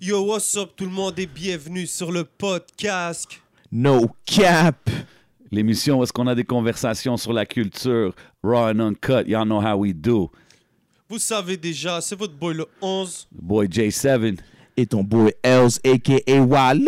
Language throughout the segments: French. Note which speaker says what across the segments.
Speaker 1: Yo, what's up tout le monde et bienvenue sur le podcast.
Speaker 2: No Cap, l'émission où est-ce qu'on a des conversations sur la culture, raw and uncut, y'all know how we do.
Speaker 1: Vous savez déjà, c'est votre boy le 11.
Speaker 2: Boy J7,
Speaker 3: Et ton boy Els, a.k.a. Wally.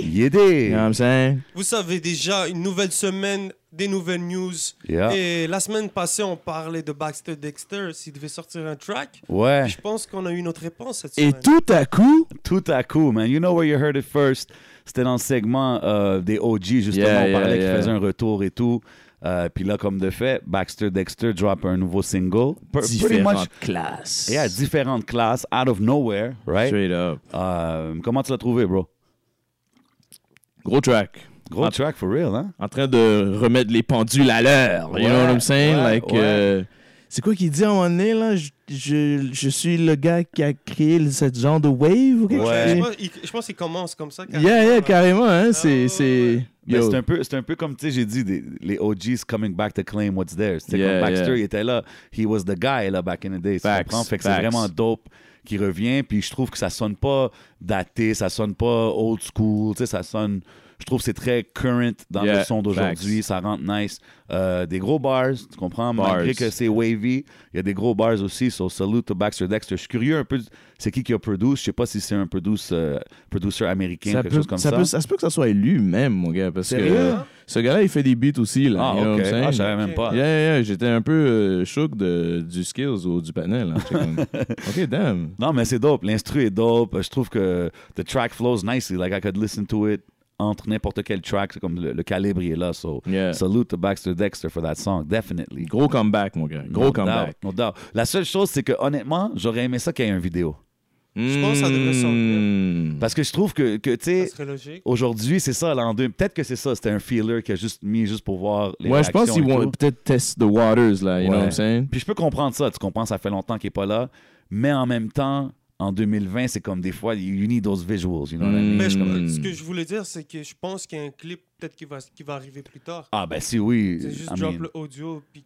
Speaker 2: yeah
Speaker 3: You know what
Speaker 2: there.
Speaker 3: I'm saying?
Speaker 1: Vous savez déjà, une nouvelle semaine, des nouvelles news.
Speaker 2: Yeah.
Speaker 1: Et la semaine passée, on parlait de Baxter Dexter, s'il devait sortir un track.
Speaker 2: Ouais,
Speaker 1: Je pense qu'on a eu notre réponse cette
Speaker 3: Et
Speaker 1: semaine.
Speaker 3: tout à coup,
Speaker 2: tout à coup, man. You know where you heard it first. C'était dans le segment euh, des OG, justement,
Speaker 3: Yeah,
Speaker 2: on parlait
Speaker 3: yeah,
Speaker 2: qu'il
Speaker 3: yeah.
Speaker 2: faisait un retour et tout. Euh, Puis là, comme de fait, Baxter Dexter drop un nouveau single. Pe- Pretty much,
Speaker 3: différentes classes.
Speaker 2: yeah, différentes classes, out of nowhere, right?
Speaker 3: Straight up.
Speaker 2: Euh, comment tu l'as trouvé, bro?
Speaker 3: Gros track.
Speaker 2: Gros
Speaker 3: Ah.
Speaker 2: track for real, hein?
Speaker 3: En train de remettre les pendules à l'heure. You
Speaker 2: Ouais,
Speaker 3: know what I'm saying?
Speaker 2: ouais,
Speaker 3: like,
Speaker 2: ouais.
Speaker 3: euh, c'est quoi qu'il dit à un moment donné, là? Je, je, je suis le gars qui a créé ce genre de wave ou quelque
Speaker 2: Ouais.
Speaker 1: Je
Speaker 3: chose?
Speaker 1: pense- il- Je pense qu'il commence comme ça. quand-
Speaker 3: Yeah, yeah, carrément, hein?
Speaker 1: ouais,
Speaker 3: C'est.
Speaker 1: ouais.
Speaker 3: c'est...
Speaker 2: Mais
Speaker 3: Yo.
Speaker 2: c'est un peu, c'est un peu comme tu sais, j'ai dit des- les OGs coming back to claim what's theirs. C'est
Speaker 3: Yeah,
Speaker 2: comme Baxter,
Speaker 3: yeah.
Speaker 2: il était là, he was the guy là back in the day. tu
Speaker 3: Facts,
Speaker 2: comprends? Fait que c'est
Speaker 3: facts.
Speaker 2: vraiment dope qui revient. Puis je trouve que ça sonne pas daté, ça sonne pas old school. Tu sais, ça sonne. Je trouve que c'est très current dans le
Speaker 3: Yeah,
Speaker 2: son d'aujourd'hui. Ça rentre nice. Euh, des gros bars, tu comprends? Malgré
Speaker 3: Bars.
Speaker 2: que c'est wavy, il y a des gros bars aussi. So salute to Baxter Dexter. Je suis curieux un peu. C'est qui qui a produit? Je sais pas si c'est un produce, euh, producer américain
Speaker 3: Ça
Speaker 2: quelque
Speaker 3: peut-
Speaker 2: chose comme ça.
Speaker 3: peut- ça se peut que ça soit lui-même, mon gars, parce que
Speaker 2: Sérieux?
Speaker 3: ce gars-là, il fait des beats aussi, là.
Speaker 2: ah,
Speaker 3: you know
Speaker 2: ok.
Speaker 3: what I'm saying?
Speaker 2: Ah, je savais même
Speaker 1: Ok.
Speaker 2: pas.
Speaker 3: Yeah, yeah, yeah, j'étais un peu euh, choc de, du skills ou du panel. hein. J'étais comme, ok, damn.
Speaker 2: Non, mais c'est dope. L'instru est dope. Je trouve que the track flows nicely. Like, I could listen to it entre n'importe quel track. C'est comme le, le calibre il est là. So,
Speaker 3: Yeah.
Speaker 2: salute to Baxter Dexter for that song. Definitely.
Speaker 3: Gros comeback, mon gars. Gros
Speaker 2: No
Speaker 3: comeback.
Speaker 2: doubt, no doubt. La seule chose, c'est que honnêtement, j'aurais aimé ça qu'il y ait une vidéo.
Speaker 3: Je
Speaker 1: pense que ça devrait
Speaker 3: sortir.
Speaker 2: Parce que je trouve que, que tu
Speaker 1: Ça
Speaker 2: sais,
Speaker 1: serait logique.
Speaker 2: aujourd'hui, c'est ça, l'an 2. Peut-être que c'est ça. C'était un feeler qu'il a juste mis juste pour voir les
Speaker 3: Ouais, je pense
Speaker 2: réactions
Speaker 3: qu'ils
Speaker 2: et
Speaker 3: vont
Speaker 2: tout.
Speaker 3: peut-être test the waters, là. You know
Speaker 2: Ouais.
Speaker 3: what I'm saying?
Speaker 2: Puis je peux comprendre ça, tu comprends, ça fait longtemps qu'il est pas là, mais en même temps, en 2020, c'est comme des fois, you need those visuals, you know what I mean?
Speaker 1: Mais je-
Speaker 3: Hmm.
Speaker 1: ce que je voulais dire, c'est que je pense qu'il y a un clip peut-être qui va, qui va arriver plus tard.
Speaker 2: Ah ben si oui,
Speaker 1: C'est juste
Speaker 2: I
Speaker 1: drop
Speaker 2: mean,
Speaker 1: le audio. Puis...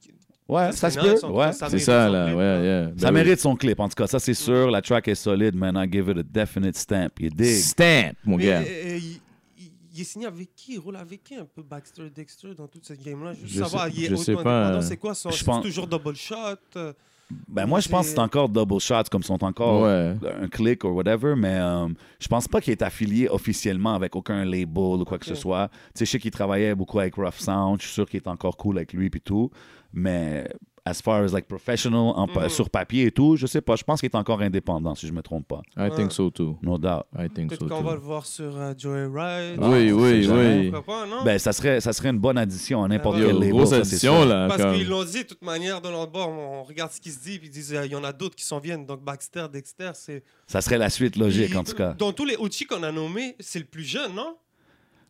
Speaker 2: ouais, ça se
Speaker 1: c'est nice,
Speaker 2: peut,
Speaker 1: en tout
Speaker 2: ouais.
Speaker 1: cas, ça
Speaker 3: C'est
Speaker 1: mérite
Speaker 3: ça,
Speaker 1: son
Speaker 3: là.
Speaker 1: clip,
Speaker 3: Ouais,
Speaker 1: là.
Speaker 3: yeah.
Speaker 2: hein. Ça
Speaker 3: Ben oui.
Speaker 2: mérite son clip, en tout cas, ça c'est sûr. La track est solide, man. I give it a definite stamp. You dig?
Speaker 3: Stamp, mon
Speaker 1: Mais,
Speaker 3: gars.
Speaker 1: euh, euh, il, il- il est signé avec qui Il roule avec qui un peu Baxter Dexter dans toute cette game-là Juste
Speaker 3: Je
Speaker 1: savoir,
Speaker 3: sais-
Speaker 1: il est
Speaker 3: je sais pas.
Speaker 1: auto-indépendant, C'est quoi son
Speaker 2: Je
Speaker 1: C'est
Speaker 2: pense-
Speaker 1: toujours double shot euh,
Speaker 2: Ben moi, je pense que c'est encore double shot, comme sont encore
Speaker 3: Ouais.
Speaker 2: un clic ou whatever, mais euh, je pense pas qu'il est affilié officiellement avec aucun label ou quoi que
Speaker 1: Ok.
Speaker 2: ce soit. Tu sais, je sais qu'il travaillait beaucoup avec Rough Sound, je suis sûr qu'il est encore cool avec lui puis tout, mais as far as like professional, en pa-
Speaker 1: Mhm.
Speaker 2: sur papier et tout, je sais pas, je pense qu'il est encore indépendant si je me trompe pas.
Speaker 3: I
Speaker 1: Ouais.
Speaker 3: think so, too.
Speaker 2: No doubt.
Speaker 3: I think
Speaker 1: Peut-être
Speaker 3: so,
Speaker 1: qu'on va le
Speaker 3: too.
Speaker 1: voir sur euh, Joyride.
Speaker 2: Ah,
Speaker 3: Oui,
Speaker 2: on
Speaker 3: oui,
Speaker 2: sait jamais.
Speaker 3: oui.
Speaker 1: Pourquoi pas, non Ah
Speaker 2: Ben ça serait, ça serait une bonne addition à n'importe
Speaker 1: Yo,
Speaker 2: quel label.
Speaker 3: grosse
Speaker 2: ça, c'est
Speaker 3: addition,
Speaker 2: sûr.
Speaker 3: là.
Speaker 1: Parce
Speaker 3: comme-
Speaker 1: qu'ils l'ont dit, de toute manière, de l'autre bord, on on regarde ce qui se dit, puis ils disent, euh, il y en a d'autres qui s'en viennent. Donc Baxter, Dexter, c'est...
Speaker 2: Ça serait la suite logique
Speaker 1: Il-
Speaker 2: en tout cas.
Speaker 1: Dans tous les outils qu'on a nommés, c'est le plus jeune, non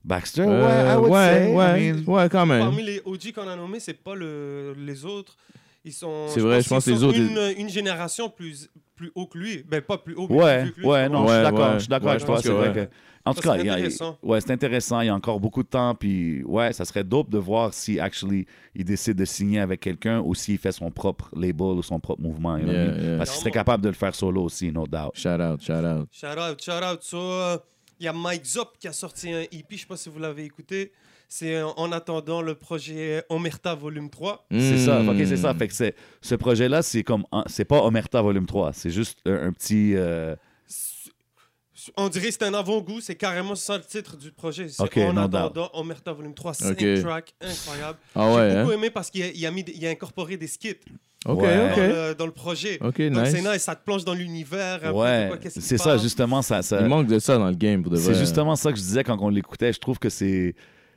Speaker 2: Baxter, ouais,
Speaker 3: Euh,
Speaker 2: I would
Speaker 3: Ouais,
Speaker 2: say. I
Speaker 3: ouais,
Speaker 2: mean,
Speaker 3: ouais, quand même.
Speaker 1: Parmi les OG qu'on a nommés, c'est pas le, les autres. Ils sont.
Speaker 3: C'est vrai, je pense
Speaker 1: qu'ils
Speaker 3: les
Speaker 1: sont
Speaker 3: autres,
Speaker 1: Une, une génération plus, plus haut que lui. Ben, pas plus haut, mais
Speaker 2: Ouais,
Speaker 1: plus haut que lui.
Speaker 2: ouais,
Speaker 1: tu
Speaker 2: non, je
Speaker 3: Ouais,
Speaker 2: suis d'accord,
Speaker 3: ouais.
Speaker 2: je suis d'accord
Speaker 3: Ouais,
Speaker 2: avec
Speaker 3: je
Speaker 2: toi.
Speaker 3: pense
Speaker 2: C'est
Speaker 3: que
Speaker 2: vrai
Speaker 3: ouais.
Speaker 2: que. En tout
Speaker 1: Ça
Speaker 2: cas,
Speaker 1: serait
Speaker 2: il y a-
Speaker 1: intéressant.
Speaker 2: ouais, c'est intéressant. Il y a encore beaucoup de temps, puis ouais, ça serait dope de voir si actually il décide de signer avec quelqu'un ou s'il fait son propre label ou son propre mouvement. you know what I
Speaker 3: Yeah,
Speaker 2: mean?
Speaker 3: yeah.
Speaker 2: Parce qu'il serait capable de le faire solo aussi, no doubt.
Speaker 3: Shout out, shout out.
Speaker 1: comprends? Shout out, shout out. So, euh, il y a Mike Zop qui a sorti un EP, je sais pas si vous l'avez écouté. C'est euh, en attendant le projet Omerta Volume 3.
Speaker 2: C'est ça,
Speaker 3: Mm.
Speaker 2: ok, c'est ça. Fait que c'est- ce projet-là, c'est comme en- c'est pas Omerta Volume 3, c'est juste un, un petit. euh,
Speaker 1: S- On dirait que c'est un avant-goût, c'est carrément ça le titre du projet. C'est
Speaker 2: Ok,
Speaker 1: En
Speaker 2: no doubt.
Speaker 1: attendant Omerta Volume 3, 5
Speaker 3: Ok.
Speaker 1: tracks, incroyable.
Speaker 3: Ah ouais,
Speaker 1: J'ai
Speaker 3: hein?
Speaker 1: beaucoup aimé parce qu'il a, il a mis des- il a incorporé des skits
Speaker 3: Ok,
Speaker 2: Ouais.
Speaker 1: dans,
Speaker 3: ok.
Speaker 1: le, dans le projet.
Speaker 3: Ok,
Speaker 1: Donc
Speaker 3: nice.
Speaker 1: c'est nice, ça te plonge dans l'univers. un peu, de
Speaker 2: ouais,
Speaker 1: quoi, qu'est-ce qui
Speaker 2: c'est
Speaker 1: se
Speaker 2: ça,
Speaker 1: passe.
Speaker 2: justement. Ça, ça-
Speaker 3: Il manque de ça dans le game, pour de vrai.
Speaker 2: C'est justement ça que je disais quand on l'écoutait. Je trouve que c'est.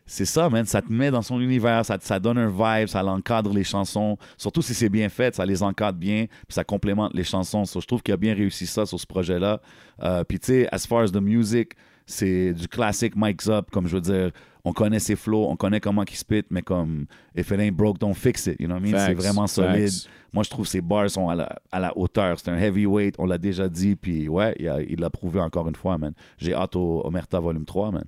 Speaker 2: C'est ça, man. Ça te met dans son univers, ça, te- ça donne un vibe, ça l'encadre les chansons. Surtout si c'est bien fait, ça les encadre bien, puis ça complémente les chansons. So, je trouve qu'il a bien réussi ça sur ce projet-là. Euh, puis, tu sais, as far as the music, c'est du classique Mike's Up, comme je veux dire. On connaît ses flows, on connaît comment il spit, mais comme if it ain't broke, don't fix it. You know what I mean? C'est
Speaker 3: Facts,
Speaker 2: vraiment solide.
Speaker 3: facts.
Speaker 2: Moi, je trouve ses bars sont à la, à la hauteur. C'est un heavyweight, on l'a déjà dit, puis ouais, il a- il l'a prouvé encore une fois, man. J'ai hâte au Omerta Volume 3, man.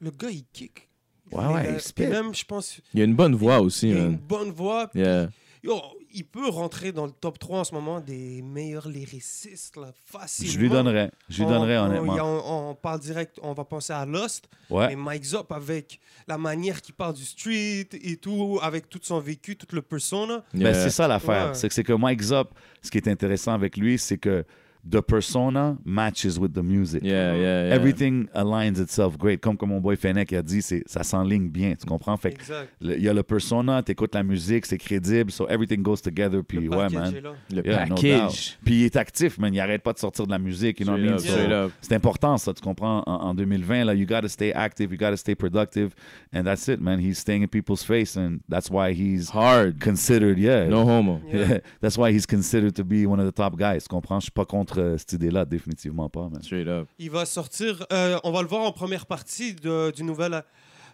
Speaker 1: Le gars, il kick.
Speaker 2: Ouais,
Speaker 1: Il
Speaker 2: ouais,
Speaker 1: a-
Speaker 2: il spit.
Speaker 1: Et même, je pense,
Speaker 3: Il y a une bonne voix aussi,
Speaker 1: il a une
Speaker 3: man.
Speaker 1: bonne voix.
Speaker 3: Yeah.
Speaker 1: Yo, il peut rentrer dans le top 3 en ce moment des meilleurs lyricistes, là, facilement.
Speaker 2: Je lui donnerais. Je lui donnerais,
Speaker 1: On- on-
Speaker 2: honnêtement.
Speaker 1: y a- On, on parle direct, on va penser à Lost, mais
Speaker 2: Ouais.
Speaker 1: Mike Zop, avec la manière qu'il parle du street et tout, avec tout son vécu, toute le persona,
Speaker 2: Ben, c'est ça l'affaire.
Speaker 1: Ouais.
Speaker 2: C'est que c'est que Mike Zop, ce qui est intéressant avec lui, c'est que the persona matches with the music.
Speaker 3: Yeah, yeah, yeah.
Speaker 2: Everything aligns itself great. Comme, comme mon boy Fennec a dit, c'est, ça s'enligne bien. Tu comprends? Fait que
Speaker 1: exact.
Speaker 2: le- il y a le persona, t'écoutes la musique, c'est crédible, so everything goes together. Puis
Speaker 1: Le
Speaker 2: ouais,
Speaker 1: package
Speaker 2: man.
Speaker 1: est là.
Speaker 3: Le
Speaker 2: Yeah, no
Speaker 3: package.
Speaker 2: doubt. Puis il est actif, man. Il arrête pas de sortir de la musique. You know what I mean?
Speaker 3: Straight
Speaker 2: So,
Speaker 3: up, straight up.
Speaker 2: C'est important, ça, tu comprends? En, en 2020, là, you gotta stay active, you gotta stay productive. And that's it, man. He's staying in people's face, and that's why he's
Speaker 3: Hard.
Speaker 2: considered, yeah.
Speaker 3: No homo.
Speaker 1: Yeah.
Speaker 2: That's why he's considered to be one of the top guys. Tu comprends? Je suis pas contre euh, cette idée-là, définitivement pas, man.
Speaker 3: Straight up.
Speaker 1: Il va sortir, euh, on va le voir en première partie de- du nouvel, a-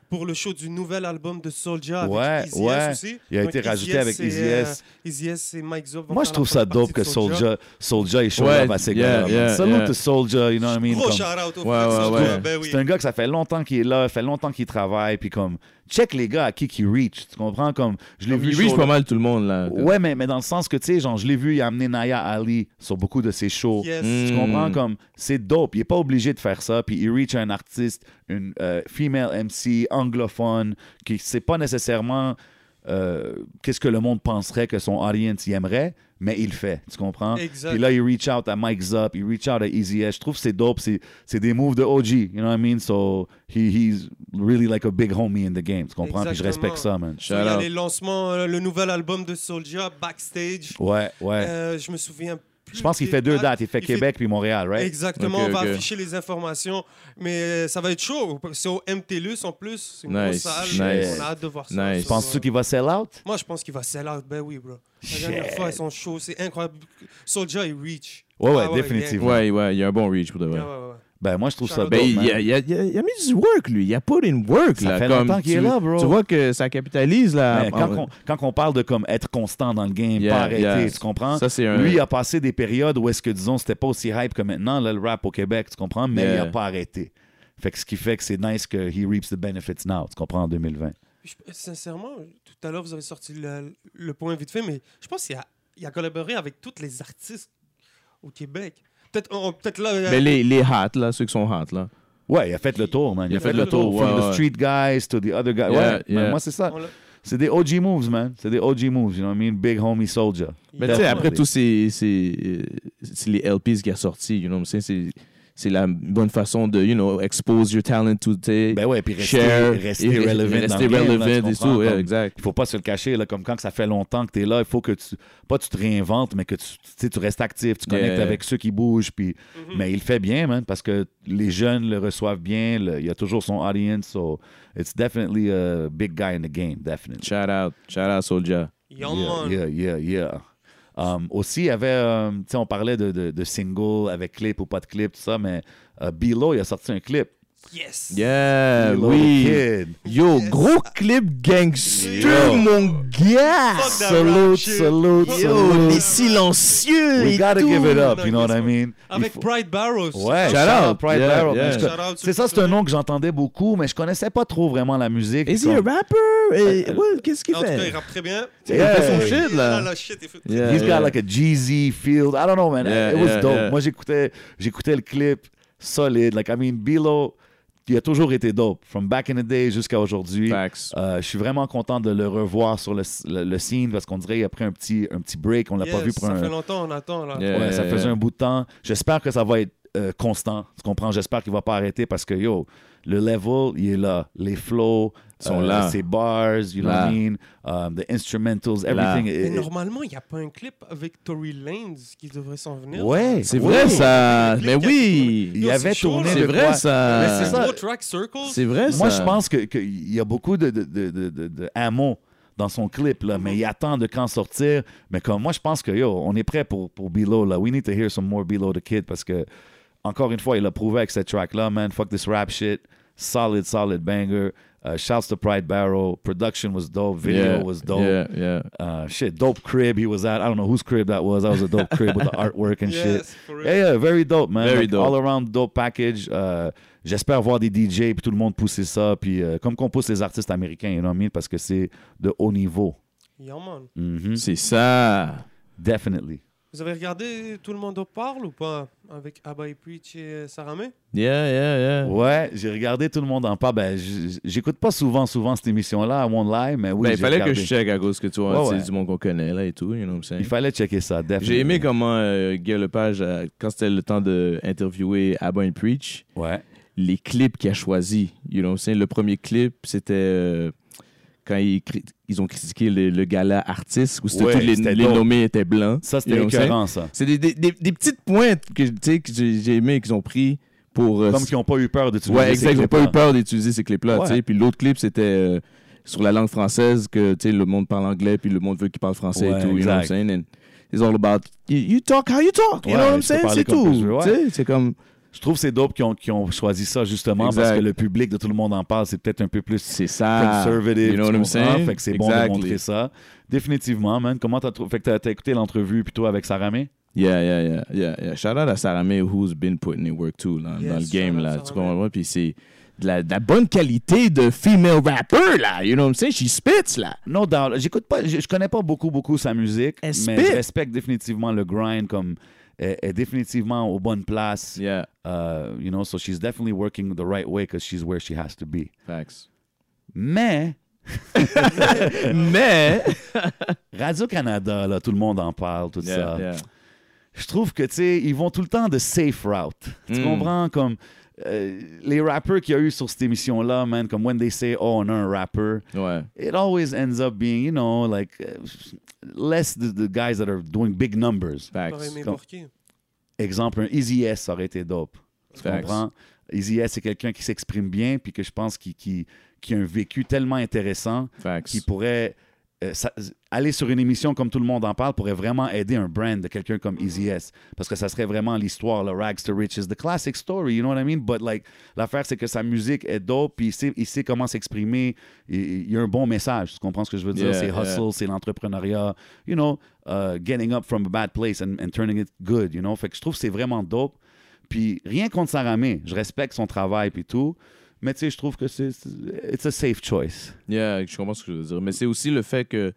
Speaker 1: pour le show du nouvel album de Soulja
Speaker 2: Ouais,
Speaker 1: avec Easy
Speaker 2: ouais.
Speaker 1: S aussi.
Speaker 2: Il a
Speaker 1: Donc,
Speaker 2: été rajouté
Speaker 1: S
Speaker 2: avec
Speaker 1: et,
Speaker 2: Easy
Speaker 1: euh,
Speaker 2: S.
Speaker 1: Easy S et Mike Zop. vont
Speaker 2: Moi,
Speaker 1: faire
Speaker 2: je
Speaker 1: la
Speaker 2: trouve ça
Speaker 1: première partie
Speaker 2: dope que
Speaker 1: de
Speaker 2: Soldier, Soldier est show
Speaker 3: Ouais,
Speaker 2: up à ces
Speaker 3: yeah,
Speaker 2: gars-là.
Speaker 3: yeah,
Speaker 2: man. Salute
Speaker 3: yeah.
Speaker 2: to Soldier, you know what I mean?
Speaker 1: Gros
Speaker 2: Comme-
Speaker 1: shout-out au
Speaker 3: Ouais,
Speaker 1: frère
Speaker 3: ouais,
Speaker 1: Soulja,
Speaker 3: ouais.
Speaker 1: ben oui.
Speaker 2: C'est un gars que ça fait longtemps qu'il est là, fait longtemps qu'il travaille, puis comme, check les gars à qui qui reach, tu comprends? Comme, je l'ai vu.
Speaker 3: Il reach
Speaker 2: show-
Speaker 3: pas mal tout le monde, là.
Speaker 2: Ouais, mais, mais dans le sens que, tu sais, genre, je l'ai vu, il a amené Naya Ali sur beaucoup de ses shows.
Speaker 1: Yes.
Speaker 3: Mm.
Speaker 2: Tu comprends? Comme, c'est dope. Il est pas obligé de faire ça. Puis il reach un artiste, une euh, female MC anglophone, qui sait pas nécessairement euh, qu'est-ce que le monde penserait que son audience y aimerait, mais il le fait. Tu comprends?
Speaker 1: Exact.
Speaker 2: Puis là, il reach out à Mike Zop, il reach out à Easy S. Je trouve que c'est dope. C'est, c'est des moves de OG. You know what I mean? So, he, he's really like a big homie in the game. Tu comprends? Puis je
Speaker 1: Exactement.
Speaker 2: respecte ça, man.
Speaker 1: So, il y a
Speaker 3: Shout-out.
Speaker 1: les lancements, euh, le nouvel album de Soulja, Backstage.
Speaker 2: Ouais, ouais.
Speaker 1: Euh, je me souviens plus.
Speaker 2: je pense qu'il
Speaker 1: des
Speaker 2: fait deux dates. Il fait
Speaker 1: Il fait-
Speaker 2: Québec puis Montréal, right?
Speaker 1: Exactement,
Speaker 3: Ok,
Speaker 1: on va
Speaker 3: ok.
Speaker 1: afficher les informations, mais euh, ça va être chaud. C'est au MTLUS en plus, c'est une
Speaker 3: Nice,
Speaker 1: grosse salle.
Speaker 3: nice.
Speaker 1: On a hâte de voir ça. euh,
Speaker 3: Nice.
Speaker 1: Ça,
Speaker 2: Penses-tu
Speaker 1: ça-
Speaker 2: qu'il va sell out?
Speaker 1: Moi, je pense qu'il va sell out. Ben oui, bro. La dernière
Speaker 2: Shit.
Speaker 1: fois, ils sont chauds. C'est incroyable. Soldier, il reach.
Speaker 2: Ouais, ouais,
Speaker 1: Ah
Speaker 2: définitivement.
Speaker 3: Ouais, ouais, il y a un bon reach pour de
Speaker 1: gang.
Speaker 3: vrai.
Speaker 1: Ouais, ouais, ouais.
Speaker 2: Ben, moi, je trouve ça
Speaker 1: Shout-out
Speaker 2: dope.
Speaker 3: Ben, il
Speaker 2: man.
Speaker 3: y a, il y a- il y a- il a mis du work, lui. Il a put in work,
Speaker 2: Ça
Speaker 3: là.
Speaker 2: fait
Speaker 3: comme
Speaker 2: longtemps qu'il
Speaker 3: tu-
Speaker 2: est là, bro.
Speaker 3: Tu vois que ça capitalise, là.
Speaker 2: Mais
Speaker 3: Ah,
Speaker 2: Euh, quand,
Speaker 3: ouais.
Speaker 2: on, quand on parle de comme être constant dans le game,
Speaker 3: Yeah,
Speaker 2: pas arrêter,
Speaker 3: yeah.
Speaker 2: tu comprends?
Speaker 3: Ça, c'est un...
Speaker 2: Lui, il a passé des périodes où est-ce que, disons, c'était pas aussi hype que maintenant, là, le rap au Québec, tu comprends? Mais
Speaker 3: Yeah.
Speaker 2: il a pas arrêté. Fait que ce qui fait que c'est nice que he reaps the benefits now, tu comprends, en 2020.
Speaker 1: Puis je- sincèrement, tout à l'heure, vous avez sorti le, le point vite fait, mais je pense qu'il a, il a collaboré avec tous les artistes au Québec. Peut-être on- peut-être là. euh,
Speaker 3: Mais Ben, les, les hats, là, ceux qui sont hats, là.
Speaker 2: Ouais, il a fait le tour, man. Il, a fait, le tour.
Speaker 3: ouais,
Speaker 2: From
Speaker 3: ouais.
Speaker 2: the street guys to the other guys.
Speaker 3: Yeah,
Speaker 2: ouais,
Speaker 3: yeah.
Speaker 2: man, moi, c'est ça.
Speaker 1: on l'a-
Speaker 2: C'est des OG moves, man. C'est des OG moves, you know what I mean? Big homie soldier.
Speaker 3: Mais tu sais,
Speaker 2: Definitely.
Speaker 3: après tous ces, ces, euh, c'est les LPs qui a sorti, you know, what I'm saying, c'est c'est la bonne façon de, you know, expose your talent to, tu sais,
Speaker 2: Ben ouais, puis rester,
Speaker 3: share,
Speaker 2: rester
Speaker 3: et- et-
Speaker 2: relevant.
Speaker 3: rester
Speaker 2: dans le game, là, tu
Speaker 3: relevant et
Speaker 2: comprends?
Speaker 3: tout, ouais,
Speaker 2: Comme-
Speaker 3: exact.
Speaker 2: Il faut pas se le cacher, là, comme quand que ça fait longtemps que tu es là, il faut que tu, pas tu te réinventes, mais que tu, tu sais, tu restes actif, tu connectes
Speaker 3: Yeah.
Speaker 2: avec ceux qui bougent. Puis,
Speaker 1: Mhm.
Speaker 2: Mais il fait bien, man, parce que les jeunes le reçoivent bien, le- il y a toujours son audience, so it's definitely a big guy in the game, definitely.
Speaker 3: Shout out, shout out Soldier.
Speaker 1: Yo, man.
Speaker 2: Yeah, yeah, yeah, yeah. Um, aussi, il y avait, euh, tu sais, on parlait de, de, de single avec clip ou pas de clip, tout ça, mais euh, Bilo, il a sorti un clip.
Speaker 1: Yes.
Speaker 3: Yeah, Euh,
Speaker 2: Bilo
Speaker 3: oui.
Speaker 2: the Kid.
Speaker 3: Yo, gros clip gangster,
Speaker 2: Yo.
Speaker 3: mon gars!
Speaker 1: Fuck that rap
Speaker 2: Salute,
Speaker 1: shit.
Speaker 2: salute,
Speaker 1: Yo,
Speaker 2: salute.
Speaker 1: les
Speaker 3: silencieux
Speaker 2: We gotta
Speaker 3: tout.
Speaker 2: give it up,
Speaker 1: Non,
Speaker 2: you know what I
Speaker 1: qu'est-ce
Speaker 2: mean? Il
Speaker 1: Avec
Speaker 2: faut-
Speaker 1: Pride Barrows.
Speaker 2: Ouais,
Speaker 3: Shout
Speaker 2: shout,
Speaker 3: out.
Speaker 2: out Pride
Speaker 3: Yeah,
Speaker 2: Barrow,
Speaker 3: yeah.
Speaker 2: man. Je co-
Speaker 1: Shout out,
Speaker 2: C'est ça, c'est un
Speaker 1: souvenez.
Speaker 2: nom que j'entendais beaucoup, mais je connaissais pas trop vraiment la musique.
Speaker 3: Is he a
Speaker 2: Comme-
Speaker 3: rapper?
Speaker 2: Euh,
Speaker 3: Eh, ouais, Qu'est-ce qu'il
Speaker 1: En tout cas,
Speaker 3: fait?
Speaker 1: il rappe très bien.
Speaker 3: Il fait son
Speaker 2: Yeah.
Speaker 3: shit,
Speaker 1: Ah,
Speaker 3: là.
Speaker 1: là, shit, il fait-
Speaker 3: Yeah,
Speaker 2: He's
Speaker 3: yeah.
Speaker 2: got like a Jeezy field. I don't know, man.
Speaker 3: Yeah,
Speaker 2: It was
Speaker 3: yeah,
Speaker 2: dope.
Speaker 3: yeah.
Speaker 2: Moi, j'écoutais, j'écoutais le clip solide. Like, I mean, Bilo, il a toujours été dope. From back in the day jusqu'à aujourd'hui.
Speaker 3: Facts.
Speaker 2: Euh, je suis vraiment content de le revoir sur le, le, le scene parce qu'on dirait qu'il a pris un petit, un petit break. On l'a pas
Speaker 1: Yes,
Speaker 2: vu pour
Speaker 1: ça
Speaker 2: un,
Speaker 1: fait longtemps, on attend là.
Speaker 3: Yeah.
Speaker 2: Ouais, ça
Speaker 3: Euh,
Speaker 2: faisait un bout de temps. J'espère que ça va être euh, constant. Tu comprends? J'espère qu'il va pas arrêter parce que, yo, le level, il est là. Les flows,
Speaker 3: Sont là.
Speaker 2: ses bars, you know
Speaker 3: Là.
Speaker 2: what I mean? Um, the instrumentals,
Speaker 3: Là.
Speaker 2: everything. euh,
Speaker 1: Mais
Speaker 2: It- it-
Speaker 1: normalement, il n'y a pas un clip avec Tory Lanez qui devrait s'en venir. Ah,
Speaker 2: Ouais,
Speaker 3: C'est
Speaker 2: ouais.
Speaker 3: vrai, ça. Mais oui.
Speaker 2: Il
Speaker 1: Yo,
Speaker 2: avait
Speaker 1: c'est chaud,
Speaker 2: tourné
Speaker 1: là.
Speaker 3: C'est
Speaker 2: de
Speaker 3: vrai,
Speaker 2: quoi?
Speaker 3: ça.
Speaker 2: Mais c'est euh, ça.
Speaker 1: Gros track Circles.
Speaker 3: C'est vrai, ça.
Speaker 2: Moi, je pense qu'il que il y a beaucoup de, de, de, de- de- de hameaux dans son clip, là,
Speaker 3: Mm-hmm.
Speaker 2: mais il attend de quand sortir. Mais comme moi, je pense que yo, on est prêt pour, pour Below. Là. We need to hear some more Below the Kid parce que, encore une fois, il a prouvé avec cette track-là, man. Fuck this rap shit. Solid, solid banger. Uh, shouts to Pride Barrel. Production was dope. Video
Speaker 3: Yeah,
Speaker 2: was dope.
Speaker 3: Yeah, yeah.
Speaker 2: Uh, shit, dope crib he was at. I don't know whose crib that was. That was a dope crib with the artwork and shit.
Speaker 1: Yes, for real.
Speaker 2: Yeah, yeah, very dope, man.
Speaker 3: Very
Speaker 2: Like,
Speaker 3: dope.
Speaker 2: All around dope package. Euh, J'espère voir des DJ puis tout le monde pousser ça. Puis euh, comme qu'on pousse les artistes américains, you know what I mean? Parce que c'est de haut niveau.
Speaker 1: Yeah, man.
Speaker 2: Mhm.
Speaker 3: C'est ça.
Speaker 2: Definitely.
Speaker 1: Vous avez regardé Tout le monde en parle ou pas avec Abba et Preach et euh, Saramé
Speaker 3: Yeah, yeah, yeah.
Speaker 2: Ouais, j'ai regardé tout le monde en parle. Ben, j- j'écoute pas souvent, souvent cette émission-là, à One Live, mais oui,
Speaker 3: ben, il
Speaker 2: j'ai
Speaker 3: fallait que
Speaker 2: regardé.
Speaker 3: je check à cause que tu vois,
Speaker 2: Ouais,
Speaker 3: c'est
Speaker 2: ouais.
Speaker 3: du monde qu'on connaît là et tout, you know what I'm saying?
Speaker 2: Il fallait checker ça, definitely.
Speaker 3: J'ai aimé comment euh, Guy Lepage, euh, quand c'était le temps d'interviewer Abba and Preach,
Speaker 2: Ouais.
Speaker 3: les clips qu'il a choisis. You know what I'm saying? Le premier clip, c'était euh, quand ils, cri- ils ont critiqué le, le gala artiste, où c'était
Speaker 2: Ouais,
Speaker 3: tous les,
Speaker 2: c'était
Speaker 3: les
Speaker 2: dope.
Speaker 3: nommés étaient blancs.
Speaker 2: Ça,
Speaker 3: You
Speaker 2: c'était
Speaker 3: know what I'm saying?
Speaker 2: écœurant, ça.
Speaker 3: C'est des, des, des, des petites pointes que, tu sais, que j'ai j'ai aimé qu'ils ont pris pour... euh,
Speaker 2: Comme qu'ils n'ont pas eu peur de tout
Speaker 3: ouais, exact. Ils n'ont pas eu peur d'utiliser ces clips-là.
Speaker 2: Ouais.
Speaker 3: tu sais. Puis l'autre clip, c'était euh, sur la langue française, que tu sais, le monde parle anglais, puis le monde veut qu'il parle français
Speaker 2: Ouais,
Speaker 3: et tout. You know what I'm
Speaker 2: exact.
Speaker 3: saying? And it's all about... You, you talk how you talk. You
Speaker 2: Ouais,
Speaker 3: know what I'm
Speaker 2: je te
Speaker 3: saying?
Speaker 2: parlais
Speaker 3: C'est
Speaker 2: comme
Speaker 3: tout.
Speaker 2: plus, ouais.
Speaker 3: Tu sais, C'est comme...
Speaker 2: Je trouve que c'est dope qu'ils ont, qu'ils ont choisi ça justement parce
Speaker 3: Exact.
Speaker 2: que le public de tout le monde en parle, c'est peut-être un peu plus
Speaker 3: C'est ça.
Speaker 2: conservative.
Speaker 3: Ah, You know what
Speaker 2: tu
Speaker 3: I'm
Speaker 2: comprends?
Speaker 3: saying?
Speaker 2: Fait que c'est bon de
Speaker 3: Exactly.
Speaker 2: montrer ça. Définitivement, man. Comment t'as trouvé? Fait que t'as- t'as écouté l'entrevue plutôt avec Saramé?
Speaker 3: Yeah, yeah, yeah, yeah, yeah. Shout out à Saramé, who's been putting in work too, là,
Speaker 1: Yes,
Speaker 3: dans le game,
Speaker 1: shout out
Speaker 3: là.
Speaker 1: Saramé.
Speaker 3: Tu comprends? Puis c'est de la, de la bonne qualité de female rapper, là. You know what I'm saying? She spits, là.
Speaker 2: No doubt. J'écoute pas, je, je connais pas beaucoup, beaucoup sa musique,
Speaker 3: Elle
Speaker 2: mais
Speaker 3: spit.
Speaker 2: je respecte définitivement le grind comme elle elle est définitivement aux bonnes places.
Speaker 3: Yeah.
Speaker 2: Uh, you know, so she's definitely working the right way because she's where she has to be.
Speaker 3: Facts.
Speaker 2: Mais
Speaker 3: Mais.
Speaker 2: Radio-Canada, là, tout le monde en parle, tout
Speaker 3: Yeah,
Speaker 2: ça.
Speaker 3: yeah.
Speaker 2: je trouve que, tu sais, ils vont tout le temps de safe route. Tu
Speaker 3: Mm.
Speaker 2: comprends? Comme euh, les rappers qu'il y a eu sur cette émission-là, man, comme when they say, oh, on a un rapper,
Speaker 3: Ouais.
Speaker 2: it always ends up being, you know, like uh, less the, the guys that are doing big numbers.
Speaker 1: J'aurais
Speaker 3: Facts.
Speaker 1: aimé
Speaker 2: comme-
Speaker 1: Porky.
Speaker 2: Exemple, un Easy S ça aurait été dope. Tu
Speaker 3: Facts.
Speaker 2: comprends? Easy S, c'est quelqu'un qui s'exprime bien, puis que je pense qu'il qui, qui a un vécu tellement intéressant
Speaker 3: Facts.
Speaker 2: qui pourrait euh, ça- aller sur une émission comme tout le monde en parle pourrait vraiment aider un brand de quelqu'un comme Easy S parce que ça serait vraiment l'histoire le rags to riches the classic story you know what I mean but like l'affaire c'est que sa musique est dope puis il sait, il sait comment s'exprimer il, il y a un bon message tu comprends ce que je veux dire
Speaker 3: Yeah,
Speaker 2: c'est
Speaker 3: yeah.
Speaker 2: hustle c'est l'entrepreneuriat you know uh, getting up from a bad place and, and turning it good you know fait que je trouve que c'est vraiment dope puis rien contre Saramé je respecte son travail puis tout mais tu sais je trouve que c'est c'est- it's a safe choice
Speaker 3: Yeah, je comprends ce que je veux dire. Mais c'est aussi le fait que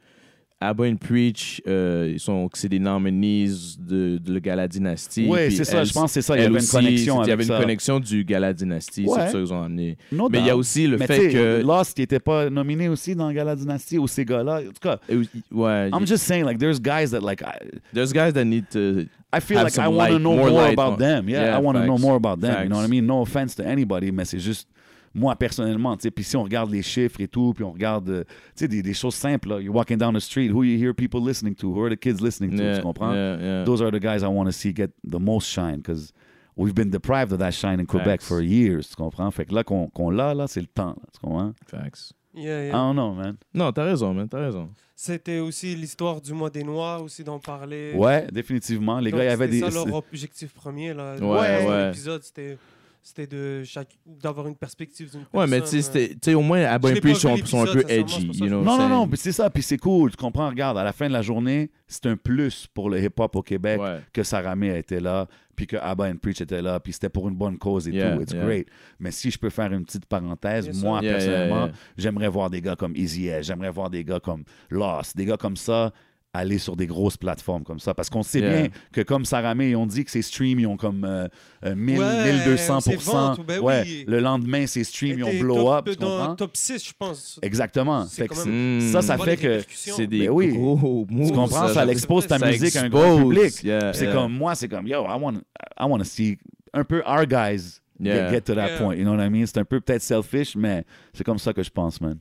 Speaker 3: Abba and Preach, euh, ils sont, c'est des nominees de, de le Gala Dynasty.
Speaker 2: Oui,
Speaker 3: Puis
Speaker 2: c'est ça.
Speaker 3: elle-
Speaker 2: Je pense que c'est ça. Il y
Speaker 3: elle
Speaker 2: avait une
Speaker 3: aussi,
Speaker 2: connexion
Speaker 3: Il y
Speaker 2: avec
Speaker 3: avait une
Speaker 2: ça.
Speaker 3: connexion du Gala Dynasty.
Speaker 2: Ouais.
Speaker 3: C'est pour ça qu'ils ont amené.
Speaker 2: No
Speaker 3: Mais il y a
Speaker 2: doubt.
Speaker 3: aussi le
Speaker 2: Mais tu
Speaker 3: fait
Speaker 2: sais, euh,
Speaker 3: que.
Speaker 2: Lost, il n'était pas nominé aussi dans Gala Dynasty ou ces gars-là. En tout cas,
Speaker 3: Euh, Ouais.
Speaker 2: I'm just saying, like, there's guys that, like, I,
Speaker 3: There's guys that need to.
Speaker 2: I feel
Speaker 3: Have
Speaker 2: like
Speaker 3: some
Speaker 2: I want to
Speaker 3: light,
Speaker 2: know more,
Speaker 3: more light
Speaker 2: about
Speaker 3: on-
Speaker 2: them. Yeah,
Speaker 3: Yeah,
Speaker 2: I want to know
Speaker 3: facts.
Speaker 2: more about them. You know what I
Speaker 3: Facts.
Speaker 2: mean? No offense to anybody, mais c'est juste, moi, personnellement, tu sais, puis si on regarde les chiffres et tout, puis on regarde, euh, tu sais, des, des choses simples, là. You're walking down the street, who you hear people listening to, who are the kids listening to,
Speaker 3: Yeah,
Speaker 2: tu comprends?
Speaker 3: yeah, yeah.
Speaker 2: Those are the guys I want to see get the most shine, because... We've been deprived of that shine in Quebec
Speaker 3: Facts.
Speaker 2: for years, tu comprends? Fait que là qu'on qu'on l'a, là, c'est le temps, là, tu comprends?
Speaker 3: Facts.
Speaker 1: Yeah,
Speaker 2: I
Speaker 1: yeah.
Speaker 2: don't know, man.
Speaker 3: Non, t'as raison, man. T'as raison.
Speaker 1: C'était aussi l'histoire du mois des Noirs, aussi d'en parler.
Speaker 2: Ouais, définitivement. Les
Speaker 1: Donc,
Speaker 2: gars, il y avait des.
Speaker 1: c'était ça
Speaker 2: c'est-
Speaker 1: leur objectif premier. Là.
Speaker 3: Ouais,
Speaker 1: Ouais,
Speaker 3: ouais.
Speaker 1: L'épisode, c'était c'était de chaque d'avoir une perspective d'une
Speaker 3: Ouais,
Speaker 1: personne.
Speaker 3: mais tu sais,
Speaker 1: euh,
Speaker 3: c'était- tu sais, au moins, Abba
Speaker 1: Je
Speaker 3: and
Speaker 1: l'ai
Speaker 3: Preach
Speaker 1: pas vu
Speaker 3: sont, sont un peu
Speaker 1: l'épisode, sincèrement, c'est
Speaker 3: edgy.
Speaker 1: pour ça
Speaker 3: You
Speaker 1: que
Speaker 3: know
Speaker 1: je-
Speaker 3: what
Speaker 2: Non, non,
Speaker 3: I'm
Speaker 2: non,
Speaker 3: saying?
Speaker 2: mais c'est ça, puis c'est cool, tu comprends, regarde, à la fin de la journée, c'est un plus pour le hip-hop au Québec
Speaker 3: Ouais.
Speaker 2: que Saramé était là, puis que Abba and Preach était là, puis c'était pour une bonne cause et
Speaker 3: Yeah,
Speaker 2: tout, it's
Speaker 3: yeah.
Speaker 2: great. Mais si je peux faire une petite parenthèse,
Speaker 1: Bien sûr.
Speaker 2: moi,
Speaker 3: Yeah, yeah,
Speaker 2: personnellement,
Speaker 3: yeah.
Speaker 2: j'aimerais voir des gars comme Easy S, j'aimerais voir des gars comme Lost, des gars comme ça aller sur des grosses plateformes comme ça. Parce qu'on sait
Speaker 3: Yeah.
Speaker 2: bien que comme Saramé, ils ont dit que ces streams, ils ont comme euh, euh, 1000,
Speaker 1: Ouais,
Speaker 2: 1200%.
Speaker 1: c'est vente, ben oui.
Speaker 2: Ouais, le lendemain, ces streams, ils ont
Speaker 1: était
Speaker 2: blow
Speaker 1: top-
Speaker 2: up. tu
Speaker 1: Dans
Speaker 2: comprends?
Speaker 1: top 6, je pense.
Speaker 2: Exactement.
Speaker 1: C'est
Speaker 2: Fait que
Speaker 1: quand
Speaker 2: c'est-
Speaker 1: même-
Speaker 3: Mm.
Speaker 2: Ça, ça
Speaker 1: Bonne
Speaker 2: fait que
Speaker 1: répercussion.
Speaker 3: C'est des
Speaker 2: Ben oui.
Speaker 3: gros moves.
Speaker 2: tu comprends, ça,
Speaker 1: ça
Speaker 2: l'expose ta
Speaker 1: ça
Speaker 2: musique à un
Speaker 3: expose.
Speaker 2: grand public.
Speaker 3: Yeah,
Speaker 2: Puis C'est
Speaker 3: yeah.
Speaker 2: comme moi, c'est comme yo, I want I want to see un peu our guys
Speaker 3: Yeah.
Speaker 2: get, get to that
Speaker 1: Yeah.
Speaker 2: point. You know what I mean? C'est un peu peut-être selfish, mais c'est comme ça que je pense, man.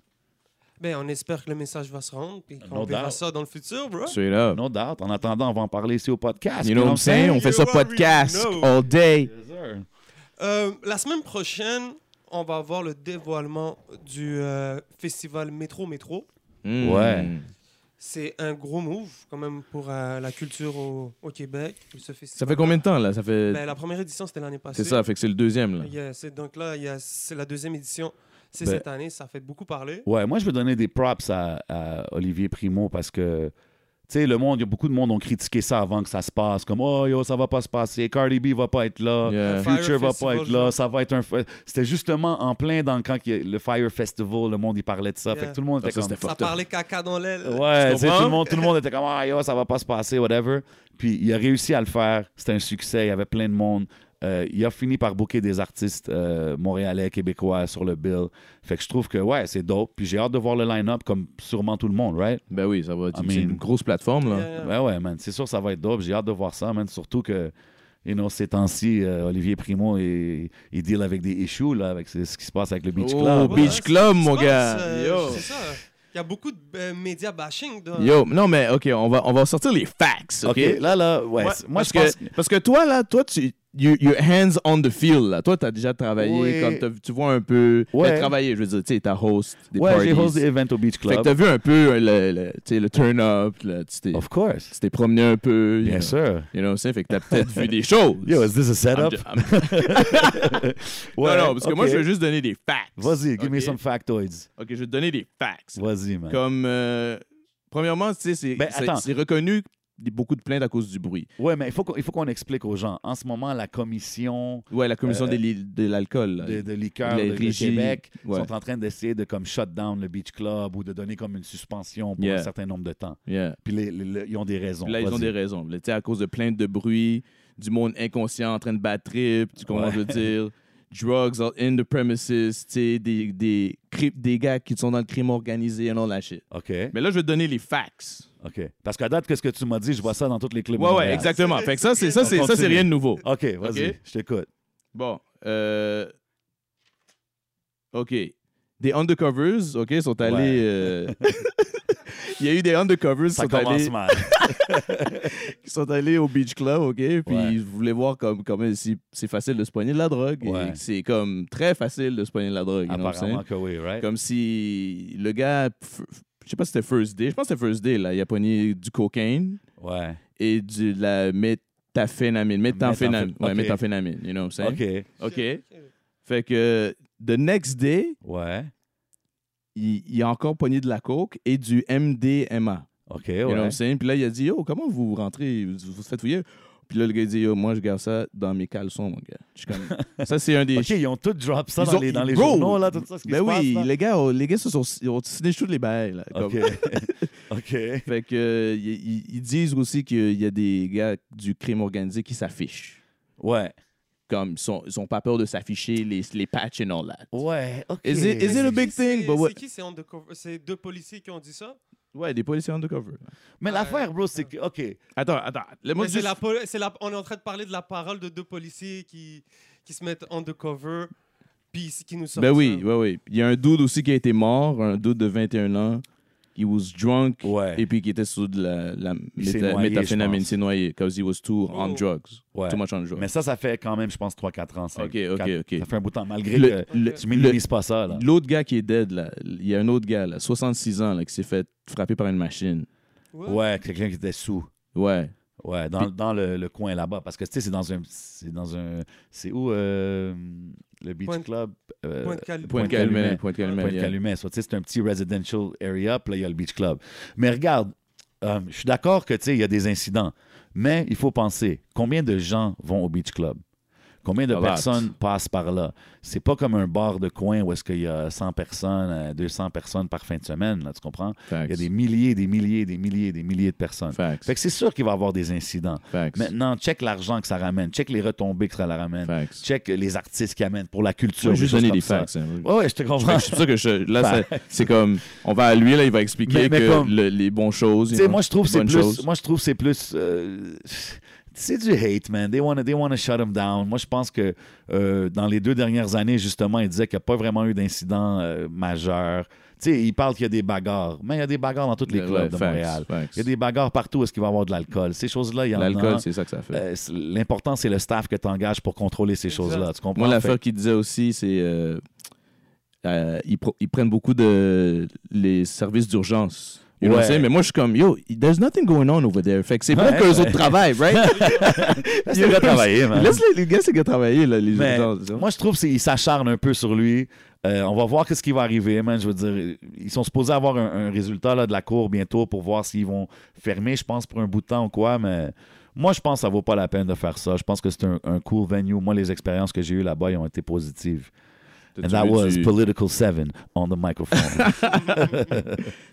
Speaker 1: Ben, on espère que le message va se rendre puis qu'on
Speaker 2: No
Speaker 1: verra
Speaker 2: doubt.
Speaker 1: ça dans le futur, bro.
Speaker 3: Straight up.
Speaker 2: No doubt. En attendant, on va en parler ici au podcast.
Speaker 3: You know what I'm saying? On
Speaker 1: You
Speaker 3: fait ça
Speaker 1: already
Speaker 3: podcast
Speaker 1: know.
Speaker 3: all day.
Speaker 2: Yes, sir.
Speaker 1: Euh, la semaine prochaine, on va avoir le dévoilement du euh, festival Métro Métro.
Speaker 3: Mm.
Speaker 2: Ouais.
Speaker 1: C'est un gros move quand même pour euh, la culture au, au Québec. Ce
Speaker 3: Ça
Speaker 1: festival.
Speaker 3: fait combien de temps, là? Ça fait...
Speaker 1: Ben, La première édition, c'était l'année passée.
Speaker 3: c'est ça, fait que c'est le deuxième, là.
Speaker 1: Yeah, c'est- donc là, il y a- c'est la deuxième édition. C'est
Speaker 2: Ben- Oh,
Speaker 1: cette année, ça fait beaucoup parler.
Speaker 2: Ouais, moi je veux donner des props à, à Olivier Primo parce que Tu sais, le monde, il y a beaucoup de monde ont critiqué ça avant que ça se passe. Comme, oh, yo, ça va pas se passer. Cardi B va pas être là.
Speaker 3: Yeah.
Speaker 1: Fire
Speaker 2: Future va pas
Speaker 1: Festival,
Speaker 2: être là.
Speaker 1: genre.
Speaker 2: Ça va être un. fe- C'était justement en plein dans quand qu'il y a- le Fire Festival, le monde, il parlait de ça.
Speaker 1: Yeah.
Speaker 2: Fait que tout le monde
Speaker 3: Ah, ça,
Speaker 2: était comme.
Speaker 3: c'était
Speaker 1: Ça
Speaker 3: fucked up.
Speaker 1: parlait caca dans l'aile.
Speaker 2: Ouais,
Speaker 1: Tu
Speaker 2: tu sais, tout
Speaker 1: comprends?
Speaker 2: le, monde, tout le monde était comme Ah, yo, ça va pas se passer, whatever. Puis il a réussi à le faire. C'était un succès. Il y avait plein de monde. Euh, il a fini par booker des artistes euh, montréalais, québécois sur le bill. Fait que je trouve que, ouais, c'est dope. Puis j'ai hâte de voir le line-up comme sûrement tout le monde, right?
Speaker 3: Ben oui, ça va.
Speaker 2: I
Speaker 3: C'est
Speaker 2: mean-
Speaker 3: une grosse plateforme, là.
Speaker 1: Yeah, yeah.
Speaker 2: Ouais, ouais, man. C'est sûr, ça va être dope. J'ai hâte de voir ça, man. Surtout que, you know, ces temps-ci, euh, Olivier Primo, il, il deal avec des issues, là, avec ce ce qui se passe avec le Beach
Speaker 3: Oh,
Speaker 2: Club.
Speaker 1: Ouais,
Speaker 3: Beach
Speaker 1: c'est-
Speaker 3: Club,
Speaker 1: tu
Speaker 3: mon
Speaker 1: penses,
Speaker 3: gars.
Speaker 1: euh,
Speaker 3: Yo.
Speaker 1: C'est ça. Il y a beaucoup de euh, médias bashing. Dans...
Speaker 3: Yo, non, mais OK, on va, on va sortir les facts, OK?
Speaker 2: OK, là, là, ouais.
Speaker 3: Ouais,
Speaker 2: c'est- Moi,
Speaker 3: parce
Speaker 2: je pense
Speaker 3: que, Parce que toi, là, toi, tu... You, you're hands on the field, là. Toi, t'as déjà travaillé,
Speaker 2: Oui.
Speaker 3: comme t'as- tu vois un peu...
Speaker 2: Ouais.
Speaker 3: T'as travaillé, je veux dire, tu sais, t'as host des
Speaker 2: Ouais,
Speaker 3: parties.
Speaker 2: j'ai host des events au Beach
Speaker 3: Fait que
Speaker 2: Club.
Speaker 3: t'as vu un peu euh, le, le, tu sais, le turn-up, là, tu t'es
Speaker 2: Of course.
Speaker 3: tu t'es promené un peu. you
Speaker 2: Bien
Speaker 3: know.
Speaker 2: sûr.
Speaker 3: You know what I'm saying? Fait que t'as peut-être vu des choses.
Speaker 2: Yo, is this a
Speaker 3: I'm
Speaker 2: setup?
Speaker 3: ju- I'm-
Speaker 2: Ouais,
Speaker 3: non, non, parce que moi,
Speaker 2: ok.
Speaker 3: je veux juste donner des facts.
Speaker 2: Vas-y, give me
Speaker 3: Ok?
Speaker 2: some factoids.
Speaker 3: OK, je vais te donner des facts.
Speaker 2: Vas-y, man.
Speaker 3: Comme, euh, premièrement, tu sais, c'est
Speaker 2: Ben,
Speaker 3: c'est-
Speaker 2: attends.
Speaker 3: c'est reconnu des- beaucoup de plaintes à cause du bruit.
Speaker 2: Ouais, mais il faut qu'on il faut qu'on explique aux gens. En ce moment, la commission
Speaker 3: Ouais, la commission
Speaker 2: Euh,
Speaker 3: des li- de l'alcool. là.
Speaker 2: de, de liqueurs
Speaker 3: Les
Speaker 2: de, de
Speaker 3: régies,
Speaker 2: Québec
Speaker 3: ouais.
Speaker 2: sont en train d'essayer de comme shut down le beach club ou de donner comme une suspension pour
Speaker 3: Yeah.
Speaker 2: un certain nombre de temps.
Speaker 3: Yeah.
Speaker 2: Puis les- les- les- ils ont des raisons.
Speaker 3: Puis là, ils ont
Speaker 2: Vas-y.
Speaker 3: des raisons. Là, tu sais, à cause de plaintes de bruit, du monde inconscient en train de battre trip, tu comprends ce que je veux dire? Drugs are in the premises, tu sais, des, des, cri- des gars qui sont dans le crime organisé and all that shit.
Speaker 2: OK,
Speaker 3: Mais là, je vais te donner les facts.
Speaker 2: OK. Parce qu'à date, qu'est-ce que tu m'as dit? Je vois ça dans tous les clubs. de
Speaker 3: Ouais, ouais,
Speaker 2: Montréal.
Speaker 3: exactement. Fait que ça, c'est
Speaker 1: On
Speaker 3: ça, c'est ça, c'est
Speaker 2: continue.
Speaker 3: rien de nouveau.
Speaker 2: OK, vas-y,
Speaker 3: OK.
Speaker 2: je t'écoute.
Speaker 3: Bon, euh, ok, des undercovers, ok, sont allés.
Speaker 2: Ouais.
Speaker 3: euh, Il y a eu des undercovers qui
Speaker 2: Ça
Speaker 3: sont
Speaker 2: commence
Speaker 3: allés,
Speaker 2: mal.
Speaker 3: qui sont allés au beach club, ok, puis
Speaker 2: Ouais.
Speaker 3: ils voulaient voir comme comment si c'est facile de se poigner de la drogue. et
Speaker 2: Ouais.
Speaker 3: que c'est comme très facile de se poigner de la drogue. you know what I'm saying?
Speaker 2: Apparemment que oui, right?
Speaker 3: Comme si le gars, f- f- je sais pas si c'était first day, je pense que c'était first day là, il a pogné du cocaine
Speaker 2: Ouais.
Speaker 3: et du, de la méthamphénamine. Méthamphénamine.
Speaker 2: Méthamphénamine,
Speaker 3: Ouais,
Speaker 2: ok.
Speaker 3: méthamphénamine. You know what I'm saying?
Speaker 2: OK,
Speaker 3: OK. Fait que the next day,
Speaker 2: ouais.
Speaker 3: il, il a encore pogné de la coke et du MDMA.
Speaker 2: OK,
Speaker 3: You know what
Speaker 2: ouais.
Speaker 3: I'm saying? Puis là, il a dit, yo, comment vous rentrez? Vous vous faites fouiller? Puis là, le gars il dit, yo, moi, je garde ça dans mes caleçons, mon gars. Je suis comme- ça, c'est un des.
Speaker 2: OK, ils ont tout drop ça
Speaker 3: Ils
Speaker 2: dans,
Speaker 3: ont-
Speaker 2: les, dans les
Speaker 3: Bro!
Speaker 2: journaux, là, tout ça, ce qui
Speaker 3: Ben
Speaker 2: se
Speaker 3: oui,
Speaker 2: passe, là.
Speaker 3: les gars, oh, les gars se sont, ils ont signé toutes les bails. là, comme-
Speaker 2: OK. OK.
Speaker 3: Fait que, euh, ils- ils ils disent aussi qu'il y a des gars du crime organisé qui s'affichent.
Speaker 2: Ouais.
Speaker 3: comme ils sont, ils sont pas peur de s'afficher les, les patchs and all that.
Speaker 2: Ouais, OK.
Speaker 3: Is it- is
Speaker 1: Mais
Speaker 3: it a
Speaker 1: c'est
Speaker 3: big
Speaker 1: qui, c'est-
Speaker 3: thing, but what-
Speaker 1: C'est qui ces undercover- C'est deux policiers qui ont dit ça?
Speaker 3: Ouais, des policiers undercover.
Speaker 2: Mais l'affaire, bro, c'est que... OK.
Speaker 3: Attends, attends.
Speaker 1: Mais
Speaker 3: Laisse-moi
Speaker 1: c'est
Speaker 3: juste...
Speaker 1: la pol- c'est la- on est en train de parler de la parole de deux policiers qui, qui se mettent undercover, puis qui nous sortent. euh,
Speaker 3: Ben oui,
Speaker 1: ça.
Speaker 3: oui, oui. Il y a un dude aussi qui a été mort, un dude de 21 ans. He was drunk
Speaker 2: Ouais.
Speaker 3: et puis qui était sous de la, la méta-
Speaker 2: s'est noyé, je
Speaker 3: méthamphénamine. Il
Speaker 2: pense.
Speaker 3: s'est noyé because he was too on
Speaker 1: Oh.
Speaker 3: drugs.
Speaker 2: ouais.
Speaker 3: Too much on drugs.
Speaker 2: Mais ça, ça fait quand même, je pense, 3-4 ans. cinq,
Speaker 3: Ok, ok,
Speaker 2: quatre-
Speaker 3: ok.
Speaker 2: Ça fait un bout de temps, malgré
Speaker 3: Le-
Speaker 2: que
Speaker 3: le-
Speaker 2: tu minimises pas ça, là.
Speaker 3: L'autre gars qui est dead, là, il y a un autre gars, là, 66 ans, là, qui s'est fait frapper par une machine.
Speaker 1: Ouais.
Speaker 2: Ouais, quelqu'un qui était sous.
Speaker 3: Ouais.
Speaker 2: Ouais, dans, dans le, le coin là-bas. Parce que, tu sais, c'est dans un... C'est dans un... C'est où euh, le Beach
Speaker 1: Pointe-
Speaker 2: Club? euh,
Speaker 1: Point de calme.
Speaker 2: Pointe Calumet.
Speaker 3: Point-Calumet. Point-Calumet.
Speaker 2: Pointe
Speaker 3: yeah.
Speaker 2: Calumet. Soit, tu sais, c'est un petit residential area, puis là, il y a le beach club. Mais regarde, euh, je suis d'accord que, tu sais, il y a des incidents, mais il faut penser, combien de gens vont au beach club? Combien de
Speaker 3: A lot.
Speaker 2: personnes passent par là? C'est pas comme un bar de coin où est-ce qu'il y a 100 personnes, euh, 200 personnes par fin de semaine, là, tu comprends? Il y a
Speaker 3: Facts.
Speaker 2: des milliers, des milliers, des milliers, des milliers de personnes.
Speaker 3: Facts.
Speaker 2: Fait que c'est sûr qu'il va y avoir des incidents.
Speaker 3: Facts.
Speaker 2: Maintenant, check l'argent que ça ramène, check les retombées que ça la ramène,
Speaker 3: Facts.
Speaker 2: check les artistes qui amènent pour la
Speaker 3: Je vais
Speaker 2: culture. des
Speaker 3: juste
Speaker 2: choses
Speaker 3: donner
Speaker 2: comme
Speaker 3: des
Speaker 2: ça.
Speaker 3: facts. hein.
Speaker 2: Ouais, ouais, je te
Speaker 3: Fait
Speaker 2: comprends.
Speaker 3: que C'est pour ça que je- là, c'est- c'est comme, on va à lui, là, il va expliquer
Speaker 2: Mais- mais
Speaker 3: que
Speaker 2: comme-
Speaker 3: le- les bonnes choses.
Speaker 2: Tu
Speaker 3: you
Speaker 2: sais,
Speaker 3: know,
Speaker 2: moi je trouve que c'est
Speaker 3: bonnes
Speaker 2: plus
Speaker 3: choses.
Speaker 2: moi je trouve que c'est plus euh, c'est du hate man they want they wanna shut him down moi je pense que euh, dans les deux dernières années justement il disait qu'il n'y a pas vraiment eu d'incident euh, majeur tu sais il parle qu'il y a des bagarres mais il y a des bagarres dans tous les
Speaker 3: Euh, Ouais,
Speaker 2: clubs de
Speaker 3: facts,
Speaker 2: Montréal
Speaker 3: facts.
Speaker 2: il y a des bagarres partout où est-ce qu'il va y avoir de l'alcool ces choses là il y en a
Speaker 3: L'alcool, c'est ça que ça fait.
Speaker 2: Euh, c'est- l'important c'est le staff que tu engages pour contrôler ces
Speaker 1: Exact.
Speaker 2: choses là tu comprends
Speaker 3: moi,
Speaker 2: Fait-
Speaker 3: l'affaire qu'il disait aussi, c'est. euh, euh, ils, pro- ils prennent beaucoup de les services d'urgence. You know what
Speaker 2: Ouais.
Speaker 3: I'm saying? Mais moi, je suis comme, yo, there's nothing going on over there. Fait que c'est bon
Speaker 2: Ouais.
Speaker 3: que les autres travaillent, right?
Speaker 2: Laisse le gars travailler, man.
Speaker 3: Laisse les, les gars, c'est gars travailler, là, les
Speaker 2: Mais
Speaker 3: gens. tu vois.
Speaker 2: moi, je trouve qu'il s'acharne un peu sur lui. Euh, on va voir qu'est-ce qui va arriver, man. Je veux dire, ils sont supposés avoir un, un résultat là, de la cour bientôt pour voir s'ils vont fermer, je pense, pour un bout de temps ou quoi. Mais moi, je pense que ça vaut pas la peine de faire ça. Je pense que c'est un, un cool venue. Moi, les expériences que j'ai eues là-bas, ils ont été positives. And
Speaker 3: T'as-tu
Speaker 2: that
Speaker 3: vu
Speaker 2: was
Speaker 3: du-
Speaker 2: Political 7 on the microphone.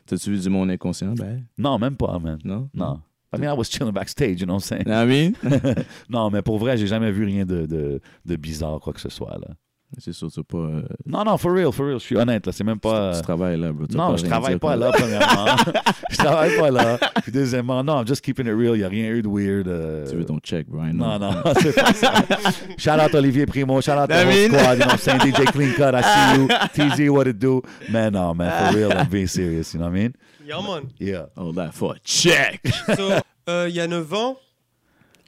Speaker 3: T'as-tu vu du monde inconscient? Ben,
Speaker 2: non, même pas, man.
Speaker 3: non.
Speaker 2: Non.
Speaker 3: Hmm.
Speaker 2: I mean, I was chilling backstage, you know what I'm saying?
Speaker 3: You know what I mean?
Speaker 2: Non, mais pour vrai, j'ai jamais vu rien de, de, de bizarre, quoi que ce soit. Là.
Speaker 3: C'est sûr, c'est pas. euh,
Speaker 2: Non, non, for real, for real. Je suis honnête, là. C'est même pas.
Speaker 3: Tu
Speaker 2: euh,
Speaker 3: travailles là, bro. Tu vas
Speaker 2: Non, je
Speaker 3: rien
Speaker 2: travaille
Speaker 3: dire,
Speaker 2: pas
Speaker 3: quoi.
Speaker 2: là, premièrement. je travaille pas là. Puis deuxièmement, non, I'm just keeping it real. Il n'y a rien eu de weird. euh,
Speaker 3: Tu veux ton check, Brian?
Speaker 2: Non, non, c'est pas ça. Shout out Olivier Primo, shout out the whole
Speaker 3: David.
Speaker 2: squad, you know what I'm saying? DJ Clean Cut, I see you. TZ, what it do? Man, no, man, for real, I'm being serious, you know what I mean?
Speaker 1: Yeah, man.
Speaker 2: Yeah.
Speaker 3: All that for a check!
Speaker 1: So, euh, il y a 9 ans,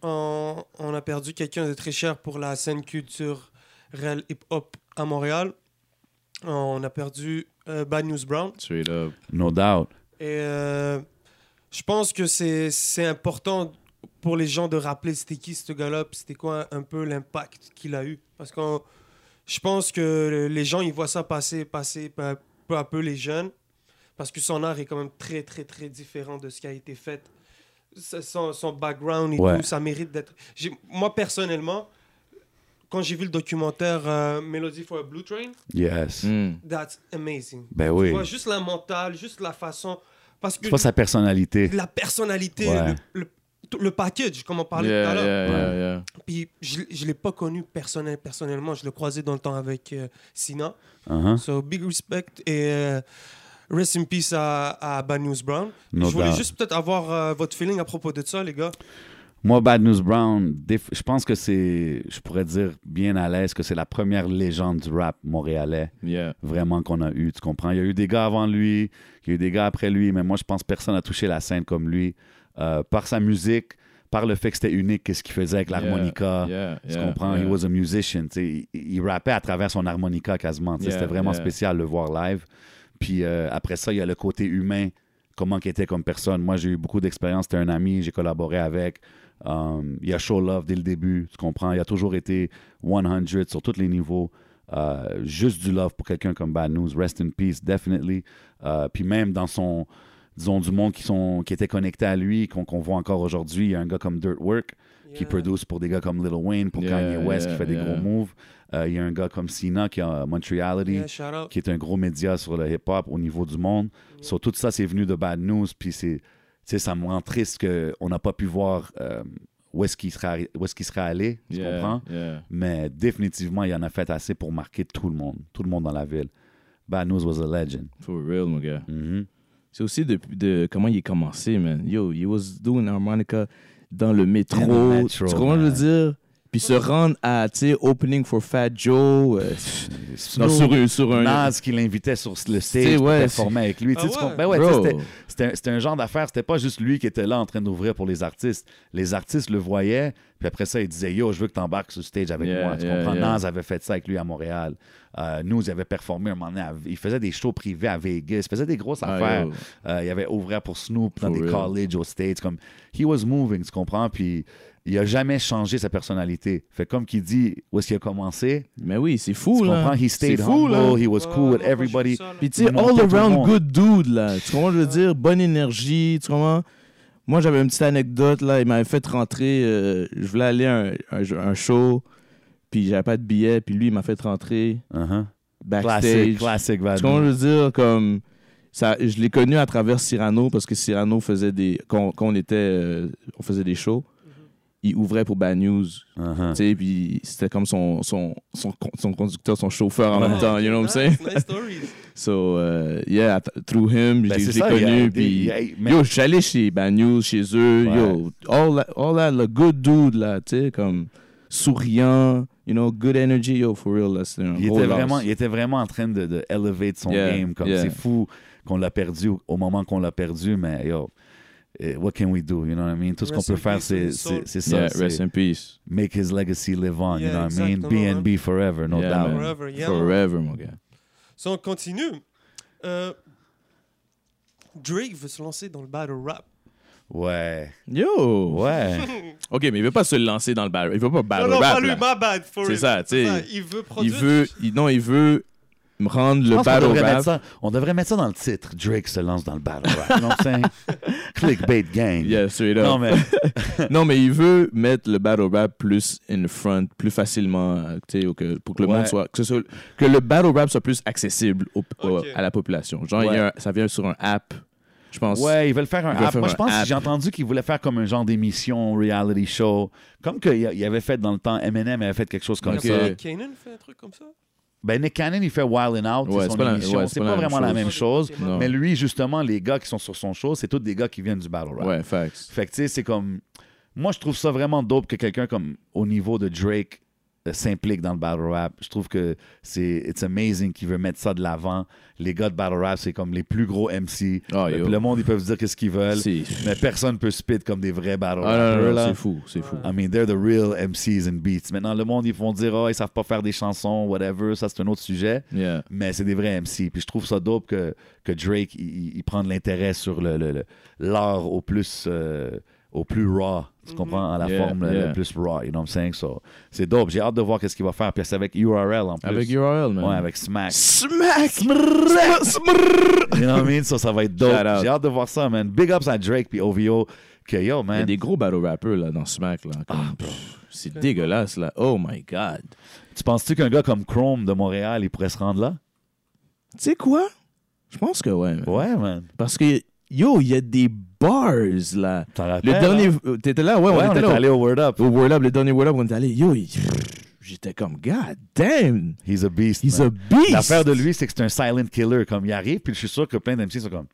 Speaker 1: on, on a perdu quelqu'un de très cher pour la scène culture réel hip-hop à Montréal. On a perdu euh, Bad News Brown.
Speaker 3: Straight up.
Speaker 2: No doubt.
Speaker 1: Et euh, je pense que c'est c'est important pour les gens de rappeler c'était qui ce gars-là, puis c'était quoi un peu l'impact qu'il a eu. Parce que je pense que les gens, ils voient ça passer, passer peu à- peu à peu les jeunes, parce que son art est quand même très, très, très différent de ce qui a été fait. Ça- Son, son background et
Speaker 2: Ouais.
Speaker 1: tout, ça mérite d'être... j'ai- Moi, personnellement, quand j'ai vu le documentaire euh, Melody for a Blue Train,
Speaker 2: Yes.
Speaker 3: Hmm.
Speaker 1: that's amazing.
Speaker 2: Ben
Speaker 1: Tu
Speaker 2: oui.
Speaker 1: Mm. vois, juste la mentale, juste la façon... Parce que
Speaker 2: C'est pas sa personnalité.
Speaker 1: la personnalité,
Speaker 2: Ouais.
Speaker 1: le, le- tout le package, comme on parlait
Speaker 3: Yeah,
Speaker 1: tout à l'heure.
Speaker 3: yeah, yeah, yeah.
Speaker 1: Puis je ne l'ai pas connu personnel, personnellement. Je le croisais dans le temps avec euh, Sina.
Speaker 2: Uh-huh.
Speaker 1: So, big respect et euh, rest in peace à, à Bad News Brown. Et
Speaker 2: No
Speaker 1: je voulais
Speaker 2: doubt.
Speaker 1: juste peut-être avoir euh, votre feeling à propos de ça, les gars.
Speaker 2: Moi, Bad News Brown, déf- je pense que c'est, je pourrais dire bien à l'aise que c'est la première légende du rap montréalais
Speaker 3: Yeah.
Speaker 2: vraiment qu'on a eu, tu comprends? Il y a eu des gars avant lui, il y a eu des gars après lui, mais moi, je pense que personne n'a touché la scène comme lui euh, par sa musique, par le fait que c'était unique, qu'est-ce qu'il faisait avec l'harmonica.
Speaker 3: Yeah,
Speaker 2: Tu
Speaker 3: yeah,
Speaker 2: Ah, comprends?
Speaker 3: yeah.
Speaker 2: He was a musician. tu sais. Il, il rappait à travers son harmonica quasiment. tu sais.
Speaker 3: Yeah,
Speaker 2: C'était vraiment
Speaker 3: yeah.
Speaker 2: spécial de le voir live. Puis euh, après ça, il y a le côté humain, comment qu'il était comme personne. Moi, j'ai eu beaucoup d'expérience. C'était un ami, j'ai collaboré avec. Um, il a show love dès le début, tu comprends? Il a toujours été 100 sur tous les niveaux. Euh, juste du love pour quelqu'un comme Bad News. Rest in peace, definitely. Euh, puis même dans son, disons, du monde qui, sont, qui était connecté à lui, qu'on qu'on voit encore aujourd'hui, il y a un gars comme Dirt Work qui
Speaker 1: Yeah.
Speaker 2: produce pour des gars comme Lil Wayne, pour
Speaker 3: Yeah,
Speaker 2: Kanye West qui
Speaker 3: yeah,
Speaker 2: fait des
Speaker 3: yeah.
Speaker 2: gros moves. Euh, Il y a un gars comme Sina qui a Montreality,
Speaker 1: Yeah, shout out.
Speaker 2: qui est un gros média sur le hip-hop au niveau du monde.
Speaker 3: Mm.
Speaker 2: So, tout ça, c'est venu de Bad News. Puis c'est, tu sais, ça me rend triste qu'on n'a pas pu voir euh, où est-ce qu'il sera, où est-ce qu'il sera allé, tu
Speaker 3: Yeah,
Speaker 2: comprends?
Speaker 3: Yeah.
Speaker 2: Mais définitivement, il en a fait assez pour marquer tout le monde, tout le monde dans la ville. Bad News was a legend.
Speaker 3: For real, mon gars.
Speaker 2: Mhm.
Speaker 3: C'est aussi de, de comment il est commencé, man. Yo, he was doing harmonica dans le métro.
Speaker 2: In the metro,
Speaker 3: tu comprends ce que je
Speaker 2: man.
Speaker 3: veux dire? Puis se rendre à, tu sais, opening for Fat Joe. euh, non,
Speaker 2: Snoop,
Speaker 3: sur, un- sur un...
Speaker 2: Nas qui l'invitait sur le
Speaker 3: Tu sais,
Speaker 2: stage pour
Speaker 3: ouais,
Speaker 2: performer avec lui. Tu sais,
Speaker 1: Ah
Speaker 2: tu
Speaker 1: ouais?
Speaker 2: comprends? Ben ouais, tu sais,
Speaker 3: Bro.
Speaker 2: c'était- C'était un, c'était un genre d'affaire, c'était pas juste lui qui était là en train d'ouvrir pour les artistes. Les artistes le voyaient, puis après ça, ils disaient Yo, je veux que t'embarques sur le stage avec
Speaker 3: Yeah,
Speaker 2: moi. Tu
Speaker 3: yeah,
Speaker 2: comprends?
Speaker 3: yeah.
Speaker 2: Nas avait fait ça avec lui à Montréal. Euh, nous, ils avaient performé un moment donné. à- Ils faisaient des shows privés à Vegas. Ils faisaient des grosses
Speaker 3: Ah,
Speaker 2: affaires.
Speaker 3: yo.
Speaker 2: Euh, il avait ouvert pour Snoop dans
Speaker 3: For
Speaker 2: des
Speaker 3: real.
Speaker 2: colleges aux States. Comme, he was moving, tu comprends? Puis il a jamais changé sa personnalité. Fait comme qu'il dit où est-ce qu'il a commencé.
Speaker 3: Mais oui, c'est
Speaker 2: Tu
Speaker 3: fou, là.
Speaker 2: comprends? He
Speaker 3: C'est
Speaker 2: stayed
Speaker 3: fou,
Speaker 2: humble.
Speaker 3: là.
Speaker 2: He was
Speaker 1: Ouais,
Speaker 2: cool
Speaker 1: moi, quand j'ai
Speaker 2: with
Speaker 1: vu
Speaker 2: everybody.
Speaker 1: ça, là,
Speaker 3: Puis tu sais,
Speaker 2: Il
Speaker 3: all
Speaker 2: montait tout le
Speaker 3: around
Speaker 2: monde.
Speaker 3: good dude, là. Tu comprends, je veux dire, bonne énergie, tu comprends? Moi, j'avais une petite anecdote, là. Il m'avait fait rentrer, euh, je voulais aller à un, un- un show, puis j'avais pas de billet, puis lui, il m'a fait rentrer
Speaker 2: Uh-huh.
Speaker 3: backstage.
Speaker 2: Classic, classic,
Speaker 3: Tu
Speaker 2: Bad
Speaker 3: comprends,
Speaker 2: Bunny.
Speaker 3: je veux dire, comme... Ça, je l'ai connu à travers Cyrano, parce que Cyrano faisait des... Quand, quand on était... euh, on faisait des shows,
Speaker 2: Mm-hmm.
Speaker 3: il ouvrait pour Bad News.
Speaker 2: Uh-huh.
Speaker 3: Tu sais, puis c'était comme son, son, son, con- son conducteur, son chauffeur en
Speaker 2: Ouais.
Speaker 3: même temps, you know what I'm saying?
Speaker 1: Ah, Nice, nice stories.
Speaker 3: So, euh, yeah, at- through him,
Speaker 2: Ben,
Speaker 3: j'ai
Speaker 2: c'est
Speaker 3: j'ai
Speaker 2: ça, il y a
Speaker 3: connu.
Speaker 2: des- il
Speaker 3: Puis,
Speaker 2: y a- mais-
Speaker 3: yo, je suis allé chez Bad News, chez eux.
Speaker 2: Ouais.
Speaker 3: Yo, all that, all that, le good dude, là, tu sais, comme souriant, you know, good energy, yo, for real, là, c'est un
Speaker 2: Il
Speaker 3: gros
Speaker 2: était,
Speaker 3: loss.
Speaker 2: vraiment, il était vraiment en train de, de elevate son
Speaker 3: Yeah,
Speaker 2: game. Comme
Speaker 3: yeah.
Speaker 2: c'est fou qu'on l'a perdu au- au moment qu'on l'a perdu, mais yo, eh, what can we do? You know what I mean? Tout ce qu'on
Speaker 1: Rest
Speaker 2: peut
Speaker 1: in
Speaker 2: faire,
Speaker 1: peace to
Speaker 2: c'est
Speaker 1: his soul.
Speaker 2: c'est- c'est ça.
Speaker 3: Yeah,
Speaker 2: c'est
Speaker 3: rest in peace.
Speaker 2: Make his legacy live on. you
Speaker 1: Yeah,
Speaker 2: know what I mean?
Speaker 1: exactement,
Speaker 2: B&B forever, no
Speaker 3: Yeah,
Speaker 2: doubt.
Speaker 3: man.
Speaker 1: Forever, yeah.
Speaker 3: Forever, mon gars.
Speaker 1: So, on continue. Euh, Drake veut se lancer dans le battle rap.
Speaker 2: Ouais.
Speaker 3: Yo!
Speaker 2: Ouais.
Speaker 3: Ok, mais il veut pas se lancer dans le battle. Il veut pas battle
Speaker 1: non, non,
Speaker 3: rap.
Speaker 1: pas lui,
Speaker 3: là.
Speaker 1: my bad. for
Speaker 3: C'est
Speaker 1: real.
Speaker 3: ça, tu sais.
Speaker 1: Il veut
Speaker 3: il
Speaker 1: produire.
Speaker 3: veut, il- non, il veut me rendre
Speaker 2: Je
Speaker 3: le
Speaker 2: pense qu'on
Speaker 3: battle
Speaker 2: devrait mettre
Speaker 3: rap.
Speaker 2: ça- on devrait mettre ça dans le titre. Drake se lance dans le battle rap. You know what I'm saying? Clickbait gang.
Speaker 3: Yeah, straight up.
Speaker 2: Non, mais
Speaker 3: Non, mais il veut mettre le battle rap plus in front, plus facilement, euh, tu sais, ou que- pour que le
Speaker 2: Ouais.
Speaker 3: monde soit que, ce soit- que le battle rap soit plus accessible au- au-
Speaker 1: Ok.
Speaker 3: à la population. Genre, il y a un- ça vient sur un app, je pense.
Speaker 2: ouais, ils veulent faire un
Speaker 3: Ils veulent
Speaker 2: app.
Speaker 3: faire
Speaker 2: Moi,
Speaker 3: un
Speaker 2: je pense
Speaker 3: app.
Speaker 2: que j'ai entendu qu'ils voulaient faire comme un genre d'émission, reality show. Comme qu'il y avait fait dans le temps, Eminem avait fait quelque chose comme
Speaker 1: Il a
Speaker 2: ça.
Speaker 1: pas Kanan fait un truc comme ça.
Speaker 2: Ben, Nick Cannon, il fait Wild and Out,
Speaker 3: Ouais,
Speaker 2: c'est
Speaker 3: c'est
Speaker 2: son
Speaker 3: pas la-
Speaker 2: émission.
Speaker 3: ouais,
Speaker 2: c'est pas, vraiment la même chose.
Speaker 1: Ok,
Speaker 3: Non.
Speaker 2: Mais lui, justement, les gars qui sont sur son show, c'est tous des gars qui viennent du battle rap.
Speaker 3: Ouais, facts.
Speaker 2: Fait que, tu sais, c'est comme. Moi, je trouve ça vraiment dope que quelqu'un comme au niveau de Drake euh, s'implique dans le battle rap. Je trouve que c'est it's amazing qu'il veut mettre ça de l'avant. Les gars de battle rap, c'est comme les plus gros MC.
Speaker 3: Ah,
Speaker 2: le,
Speaker 3: yo.
Speaker 2: le monde, ils peuvent dire qu'est-ce qu'ils veulent,
Speaker 3: C'est.
Speaker 2: mais personne peut spit comme des vrais battle
Speaker 3: Ah, non, non,
Speaker 2: rappers,
Speaker 3: non,
Speaker 2: là.
Speaker 3: c'est fou, c'est fou.
Speaker 2: I mean, they're the real MCs and beats. Maintenant, le monde, ils vont dire, oh, ils savent pas faire des chansons, whatever, ça, c'est un autre sujet.
Speaker 3: Yeah.
Speaker 2: Mais c'est des vrais MC. Puis je trouve ça dope que, que Drake, il, il- il prend de l'intérêt sur l'art le, le- l'art au plus... euh, au plus raw, tu comprends, à la
Speaker 3: Yeah,
Speaker 2: forme le-
Speaker 3: yeah.
Speaker 2: le plus raw, you know what I'm saying? So, c'est dope, j'ai hâte de voir qu'est-ce qu'il va faire. Puis c'est avec URL en plus.
Speaker 3: Avec URL, man.
Speaker 2: Ouais, avec Smack.
Speaker 3: Smack!
Speaker 2: you know what I mean? So, ça va être dope.
Speaker 3: Shout out.
Speaker 2: J'ai hâte de voir ça, man. Big ups à Drake puis OVO. Que yo,
Speaker 3: Il y a
Speaker 2: man. Ah,
Speaker 3: des gros battle rappers là, dans Smack. Là, comme, pff, c'est dégueulasse. là. Oh my God.
Speaker 2: Tu penses-tu qu'un gars comme Chrome de Montréal, il pourrait se rendre là?
Speaker 3: Tu sais quoi? Je pense que ouais. man.
Speaker 2: Ouais, man.
Speaker 3: Parce que, yo, il y a des bars là.
Speaker 2: T'en
Speaker 3: Le
Speaker 2: rappelles,
Speaker 3: dernier.
Speaker 2: hein?
Speaker 3: euh, T'étais là? Ouais,
Speaker 2: Ouais,
Speaker 3: on était là.
Speaker 2: allé au Word Up.
Speaker 3: Au World Up, le dernier World Up, on est allé. Yo, il- j'étais comme, God damn,
Speaker 2: He's a beast.
Speaker 3: he's
Speaker 2: man.
Speaker 3: a beast.
Speaker 2: L'affaire de lui, c'est que c'est un silent killer. Comme il arrive, puis je suis sûr que plein d'MC sont comme,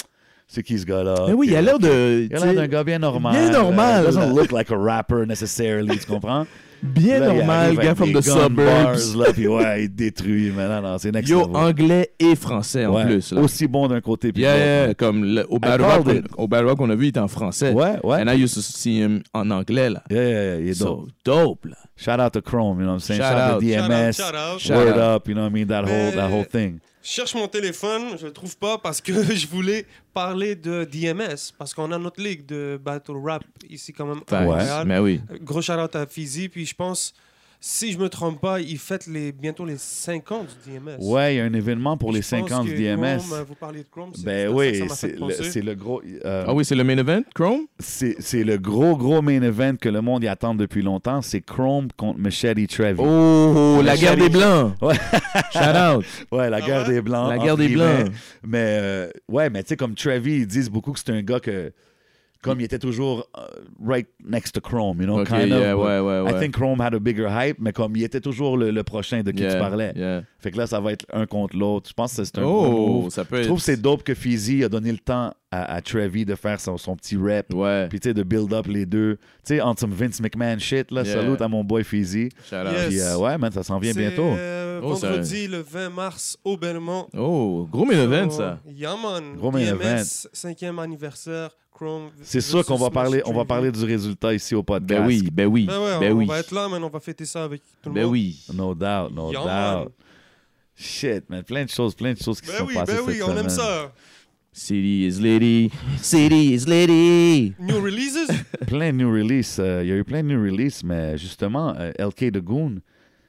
Speaker 2: c'est qui ce gars-là? euh,
Speaker 3: Mais oui, il a l'air de.
Speaker 2: Il
Speaker 3: tu
Speaker 2: a
Speaker 3: sais,
Speaker 2: l'air d'un gars bien normal.
Speaker 3: Bien normal.
Speaker 2: Euh, doesn't look like a rapper necessarily, tu comprends?
Speaker 3: Bien
Speaker 2: Là, il
Speaker 3: normal,
Speaker 2: arrive
Speaker 3: gars
Speaker 2: avec
Speaker 3: from
Speaker 2: des
Speaker 3: the
Speaker 2: gun
Speaker 3: suburbs.
Speaker 2: bars, là, puis ouais, il détruit. Mais non, non, c'est next
Speaker 3: Yo,
Speaker 2: level.
Speaker 3: anglais et français en
Speaker 2: Ouais,
Speaker 3: plus. Là.
Speaker 2: Aussi bon d'un côté. puis
Speaker 3: Yeah,
Speaker 2: de l'autre.
Speaker 3: yeah, yeah, comme le- au battle
Speaker 2: called
Speaker 3: rock,
Speaker 2: it.
Speaker 3: qu'on- au battle rock qu'on a vu, il était en français.
Speaker 2: Ouais, ouais.
Speaker 3: And I used to see him en anglais là.
Speaker 2: Yeah, yeah, yeah, il est
Speaker 3: So
Speaker 2: dope.
Speaker 3: dope là.
Speaker 2: Shout out to Chrome, you know what I'm saying?
Speaker 3: Shout
Speaker 2: Shout, out
Speaker 3: out.
Speaker 2: to DMS.
Speaker 1: Shout out, shout
Speaker 3: out.
Speaker 2: Word
Speaker 3: Shout out.
Speaker 2: up, you know what I mean? That
Speaker 1: Mais-
Speaker 2: whole, that whole thing.
Speaker 1: Je cherche mon téléphone, je le trouve pas parce que je voulais parler de DMS parce qu'on a notre ligue de battle rap ici quand même. à
Speaker 3: Facts.
Speaker 1: Montréal.
Speaker 3: Mais oui.
Speaker 1: Euh, Gros shout out à Fizzy, puis je pense si je me trompe pas, il fête les bientôt les 5 ans du DMS.
Speaker 2: Ouais, il y a un événement pour les
Speaker 1: Je pense
Speaker 2: 50
Speaker 1: que
Speaker 2: DMS.
Speaker 1: Chrome, euh, vous parliez de Chrome, c'est
Speaker 2: Ben
Speaker 1: ça,
Speaker 2: oui,
Speaker 1: ça m'a fait
Speaker 2: c'est le,
Speaker 1: penser.
Speaker 2: c'est le gros. euh,
Speaker 3: Ah oui, c'est le main event, Chrome?
Speaker 2: C'est c'est le gros, gros main event que le monde y attend depuis longtemps. C'est Chrome contre Machete Trevi.
Speaker 3: Oh, la guerre des Blancs.
Speaker 2: Ouais.
Speaker 3: Shout out.
Speaker 2: Ouais, la
Speaker 1: Ah
Speaker 2: guerre
Speaker 1: ouais?
Speaker 2: des Blancs.
Speaker 3: Oh. La
Speaker 2: entre
Speaker 3: guerre des
Speaker 2: guillemets.
Speaker 3: Blancs.
Speaker 2: Mais euh, ouais, mais tu sais, comme Trevi, ils disent beaucoup que c'est un gars que. Comme il était toujours euh, right next to Chrome, you know,
Speaker 3: Ok,
Speaker 2: kind of.
Speaker 3: yeah,
Speaker 2: but
Speaker 3: ouais, ouais, ouais.
Speaker 2: I think Chrome had a bigger hype, mais comme il était toujours le, le prochain de qui
Speaker 3: Yeah,
Speaker 2: tu parlais.
Speaker 3: yeah.
Speaker 2: Fait que là, ça va être un contre l'autre. Je pense que c'est un gros
Speaker 3: Oh,
Speaker 2: move.
Speaker 3: ça peut
Speaker 2: Je
Speaker 3: être.
Speaker 2: trouve que c'est dope que Fizzy a donné le temps à, à Trevi de faire son, son petit rap.
Speaker 3: Ouais.
Speaker 2: Puis, tu sais, de build up les deux. Tu sais, entre some Vince McMahon shit, là,
Speaker 3: Yeah.
Speaker 2: salute à mon boy Fizzy.
Speaker 3: Shout out.
Speaker 1: Yes.
Speaker 2: Puis, euh, ouais, man, ça s'en vient
Speaker 1: C'est,
Speaker 2: bientôt.
Speaker 1: euh,
Speaker 3: Oh, ça-
Speaker 1: vendredi le 20 mars au Belmont.
Speaker 3: Oh, gros main event,
Speaker 1: So,
Speaker 3: ça.
Speaker 1: Yeah, man.
Speaker 2: Gros main
Speaker 1: DMS,
Speaker 2: event.
Speaker 1: cinquième anniversaire, Chrome.
Speaker 2: C'est sûr qu'on va
Speaker 1: versus
Speaker 2: parler,
Speaker 1: Smash
Speaker 2: on va
Speaker 1: Trevi.
Speaker 2: parler du résultat ici au podcast.
Speaker 3: Ben oui, ben oui,
Speaker 1: Ben ouais,
Speaker 3: ben
Speaker 1: on
Speaker 3: oui.
Speaker 1: va être là, mais on va fêter ça avec tout le
Speaker 3: Ben
Speaker 1: monde.
Speaker 3: oui.
Speaker 2: No doubt, no
Speaker 1: Yeah, man.
Speaker 2: Oh, doubt. Shit, man, plein de choses, plein de choses qui se
Speaker 1: Ben
Speaker 2: sont
Speaker 1: oui,
Speaker 2: passées
Speaker 1: ben oui,
Speaker 2: cette
Speaker 1: on aime
Speaker 2: semaine.
Speaker 1: ça.
Speaker 3: City is lady. City is lady.
Speaker 1: New releases
Speaker 2: Plein de new releases. euh, Il y a eu plein de new releases, mais justement, euh, LK de Goon,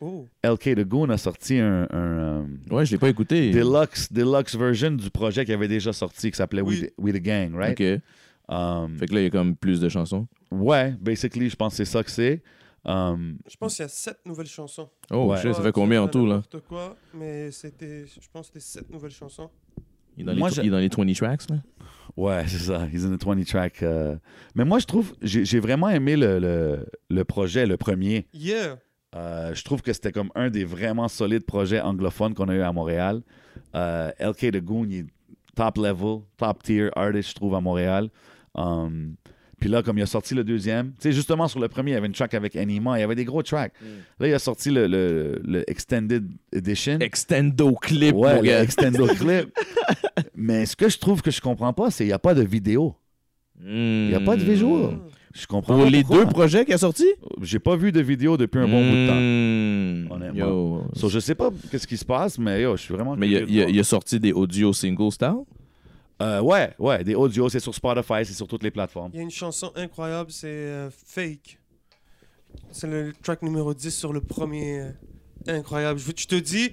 Speaker 1: Oh,
Speaker 2: LK de Goon a sorti un, un, euh,
Speaker 3: Ouais, je l'ai pas écouté.
Speaker 2: deluxe, deluxe version du projet qui avait déjà sorti qui s'appelait
Speaker 1: Oui.
Speaker 2: We, the, We the Gang, right?
Speaker 3: Ok. Fait
Speaker 2: Um,
Speaker 3: que là, il y a comme plus de chansons.
Speaker 2: ouais, basically, je pense que c'est ça que c'est. Um,
Speaker 1: je pense qu'il y a sept nouvelles chansons.
Speaker 3: Oh,
Speaker 2: Ouais.
Speaker 3: shit, ça
Speaker 1: Ouais,
Speaker 3: fait combien en tout, là?
Speaker 1: n'importe quoi, mais c'était, je pense que c'était sept nouvelles chansons.
Speaker 3: Il est dans, les,
Speaker 2: Moi,
Speaker 3: tw-
Speaker 2: je-
Speaker 3: il est dans les 20 tracks, là?
Speaker 2: Ouais, c'est ça. He's in the 20 track. euh. Mais moi, je trouve, j'ai j'ai vraiment aimé le, le, le projet, le premier.
Speaker 1: Yeah,
Speaker 2: Euh, je trouve que c'était comme un des vraiment solides projets anglophones qu'on a eu à Montréal. Euh, LK de Goon, il est top level, top tier artist, je trouve, à Montréal. Um, puis là, comme il a sorti le deuxième, tu sais, justement, sur le premier, il y avait une track avec Anima, il y avait des gros tracks.
Speaker 3: Mm.
Speaker 2: Là, il a sorti le, le- le Extended Edition.
Speaker 3: Extendo clip,
Speaker 2: Ouais,
Speaker 3: mon
Speaker 2: le
Speaker 3: gars.
Speaker 2: Extended Clip. Mais ce que je trouve que je comprends pas, c'est qu'il n'y a pas de vidéo. Il n'y a pas de visual. Je comprends
Speaker 3: Mm. Pour
Speaker 2: pas
Speaker 3: les
Speaker 2: pourquoi.
Speaker 3: deux projets qu'il a sortis?
Speaker 2: J'ai pas vu de vidéo depuis un bon bout de
Speaker 3: Mm.
Speaker 2: temps.
Speaker 3: de
Speaker 2: honnêtement.
Speaker 3: Yo.
Speaker 2: So, je sais pas qu'est-ce qui se passe, mais yo, je suis vraiment
Speaker 3: Mais il y a-
Speaker 2: curieux de
Speaker 3: il y a,
Speaker 2: voir.
Speaker 3: il y a sorti des audio singles style?
Speaker 2: Euh, ouais, ouais, des audios, c'est sur Spotify, c'est sur toutes les plateformes.
Speaker 1: Il y a une chanson incroyable, c'est euh, Fake. C'est le track numéro 10 sur le premier. euh, incroyable. Je, veux- je te dis,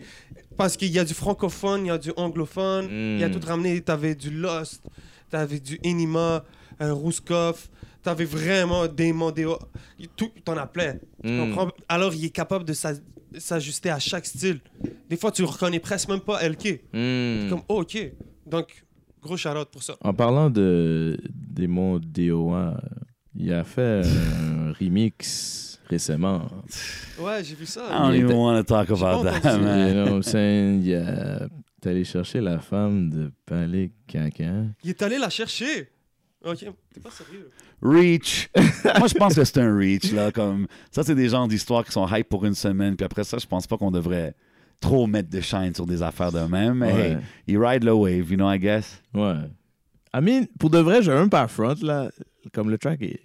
Speaker 1: parce qu'il y a du francophone, il y a du anglophone, il y a
Speaker 3: Mm.
Speaker 1: tout ramené. T'avais du Lost, t'avais du Enima, un Rouskoff, t'avais vraiment des Mondeo. Il- Tout, t'en as plein. Tu
Speaker 3: Mm.
Speaker 1: comprends? Alors, il est capable de s'aj- s'ajuster à chaque style. Des fois, tu reconnais presque même pas LK.
Speaker 3: Hmm.
Speaker 1: Comme, oh, ok. Donc, gros charlotte pour ça.
Speaker 3: En parlant de Démon DO1, il a fait un remix récemment.
Speaker 1: Ouais, j'ai vu ça.
Speaker 2: I don't
Speaker 3: Il
Speaker 2: even
Speaker 3: était-
Speaker 2: want to talk
Speaker 1: J'ai pas
Speaker 2: about that,
Speaker 1: entendu.
Speaker 3: You
Speaker 2: man.
Speaker 3: know what I'm saying? Il a... T'es allé chercher la femme de Palais Caca.
Speaker 1: Il est allé la chercher. Ok, t'es pas sérieux.
Speaker 2: Reach. Moi, je pense que c'est un reach, là. Comme... Ça, c'est des genres d'histoires qui sont hype pour une semaine. Puis après ça, je pense pas qu'on devrait trop mettre de shine sur des affaires de même. Mais
Speaker 3: Ouais.
Speaker 2: hey, you ride the wave, you know, I guess.
Speaker 3: Ouais. I mean, pour de vrai, j'ai un par front, là. Comme le track est,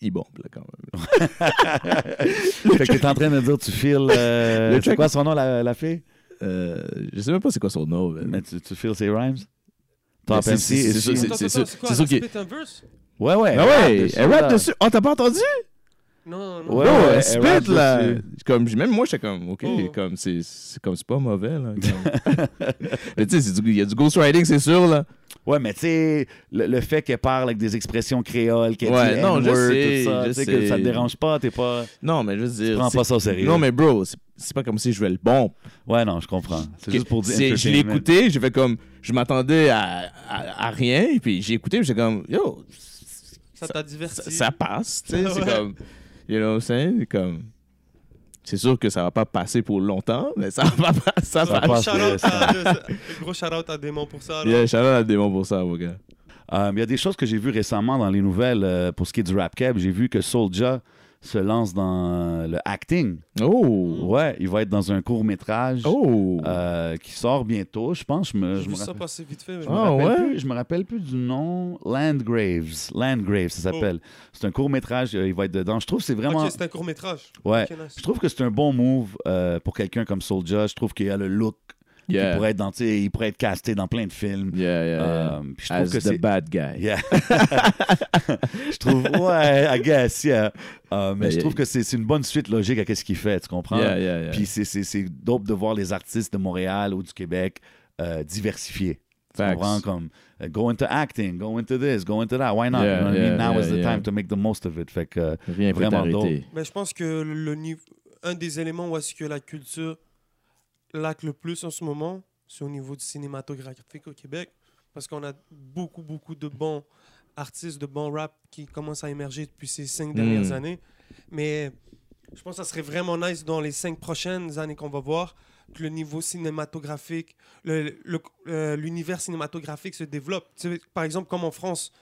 Speaker 3: est bon, là, quand même.
Speaker 2: Fait que t'es en train de dire, tu files. euh,
Speaker 3: Le
Speaker 2: c'est
Speaker 3: track-
Speaker 2: quoi son nom, la, la fille
Speaker 3: Euh, je sais même pas c'est quoi son nom. mais-
Speaker 2: Mais tu, tu files ses rhymes Top
Speaker 3: c'est-
Speaker 2: MC.
Speaker 3: c'est- c'est-
Speaker 2: is she-
Speaker 3: c'est-
Speaker 1: Attends, attends,
Speaker 3: sûr-
Speaker 1: c'est quoi,
Speaker 3: c'est sûr
Speaker 1: elle
Speaker 3: qu'il-
Speaker 1: spit un verse?
Speaker 2: Ouais, Ben ouais.
Speaker 3: Ah ouais, elle
Speaker 2: là.
Speaker 3: rap dessus. Oh, t'as pas entendu?
Speaker 1: Non, non.
Speaker 3: non,
Speaker 2: Ouais, ouais,
Speaker 3: elle
Speaker 2: elle rap
Speaker 3: spit, là.
Speaker 2: dessus.
Speaker 3: Comme, j'ai- même moi, j'étais comme, OK,
Speaker 1: Oh.
Speaker 3: comme, c'est c'est comme, c'est pas mauvais, là. comme. mais tu sais, c'est du- il y a du ghostwriting, c'est sûr, là.
Speaker 2: Ouais, mais tu sais, le, le fait qu'elle parle avec des expressions créoles, qu'elle
Speaker 3: Ouais,
Speaker 2: dit
Speaker 3: non,
Speaker 2: N-word,
Speaker 3: je sais,
Speaker 2: tout ça,
Speaker 3: je
Speaker 2: tu sais
Speaker 3: sais.
Speaker 2: que ça te dérange pas, t'es pas.
Speaker 3: Non, mais je veux dire...
Speaker 2: Prends
Speaker 3: c'est-
Speaker 2: pas ça au sérieux.
Speaker 3: Non, mais bro, c'est- c'est pas comme si je jouais le bon.
Speaker 2: Ouais, non, je comprends. C'est
Speaker 3: Que-
Speaker 2: juste pour dire.
Speaker 3: c'est- Je l'ai
Speaker 2: entertainment.
Speaker 3: écouté, j'ai fait comme... Je m'attendais à, à, à rien, et puis j'ai écouté, puis j'étais comme, yo,
Speaker 1: Ça t'a diverti.
Speaker 3: ça, ça passe, tu sais, c'est
Speaker 1: Ouais.
Speaker 3: comme... You know what I'm saying? C'est comme... C'est sûr que ça va pas passer pour longtemps, mais ça va pas... Ça,
Speaker 2: Ça
Speaker 3: passe.
Speaker 2: passe.
Speaker 1: Shout-out
Speaker 2: Ça-
Speaker 1: à- le gros shout-out à Démon pour ça. alors.
Speaker 3: Yeah, shout out à Démon pour ça, mon gars.
Speaker 2: Euh, Il y a des choses que j'ai vues récemment dans les nouvelles euh, pour ce qui est du rap cab. J'ai vu que Soulja se lance dans euh, le acting.
Speaker 3: Oh!
Speaker 2: Ouais, il va être dans un court métrage
Speaker 3: Oh!
Speaker 2: qui sort bientôt, je pense. Je me,
Speaker 1: J'ai
Speaker 2: je me
Speaker 1: vu ça
Speaker 2: rappelle-
Speaker 1: passer vite fait. mais-
Speaker 2: Je me
Speaker 3: Ah,
Speaker 2: rappelle
Speaker 3: ouais?
Speaker 2: plus- je me rappelle plus du nom. Landgraves. Landgraves,
Speaker 3: Oh.
Speaker 2: ça s'appelle. C'est un court métrage, il va être dedans. Je trouve que c'est vraiment.
Speaker 1: Ok, c'est un court-métrage.
Speaker 2: ouais.
Speaker 1: Ok, nice.
Speaker 2: Je trouve que c'est un bon move euh, pour quelqu'un comme Soulja. Je trouve qu'il a le look. Il,
Speaker 3: yeah.
Speaker 2: pourrait être dans, tu sais, il pourrait être casté dans plein de films.
Speaker 3: Yeah, yeah, yeah.
Speaker 2: Euh, puis je trouve
Speaker 3: As
Speaker 2: que
Speaker 3: the
Speaker 2: c'est.
Speaker 3: bad guy.
Speaker 2: Yeah. je trouve. Ouais, I guess, yeah. Euh, mais
Speaker 3: Mais
Speaker 2: je
Speaker 3: y-
Speaker 2: trouve que c'est c'est une bonne suite logique à ce qu'il fait, tu comprends?
Speaker 3: Yeah, yeah, yeah.
Speaker 2: Puis c'est- c'est c'est dope de voir les artistes de Montréal ou du Québec euh, diversifier. Tu
Speaker 3: Facts.
Speaker 2: comprends? Comme euh, go into acting, go into this, go into that. Why not?
Speaker 3: Yeah,
Speaker 2: You know what I
Speaker 3: yeah,
Speaker 2: mean? Now
Speaker 3: yeah,
Speaker 2: is the
Speaker 3: yeah.
Speaker 2: time to make the most of it. Fait que, euh,
Speaker 3: Rien peut
Speaker 2: Vraiment
Speaker 3: t'arrêter.
Speaker 1: Mais je pense que le niveau, un des éléments où est-ce que la culture laque le plus en ce moment, c'est au niveau du cinématographique au Québec, parce qu'on a beaucoup, beaucoup de bons artistes, de bons rap qui commencent à émerger depuis ces cinq dernières
Speaker 3: Mm.
Speaker 1: années. Mais je pense que ça serait vraiment nice dans les cinq prochaines années qu'on va voir que le niveau cinématographique, le- le- euh, l'univers cinématographique se développe. Tu sais, par exemple, comme en France,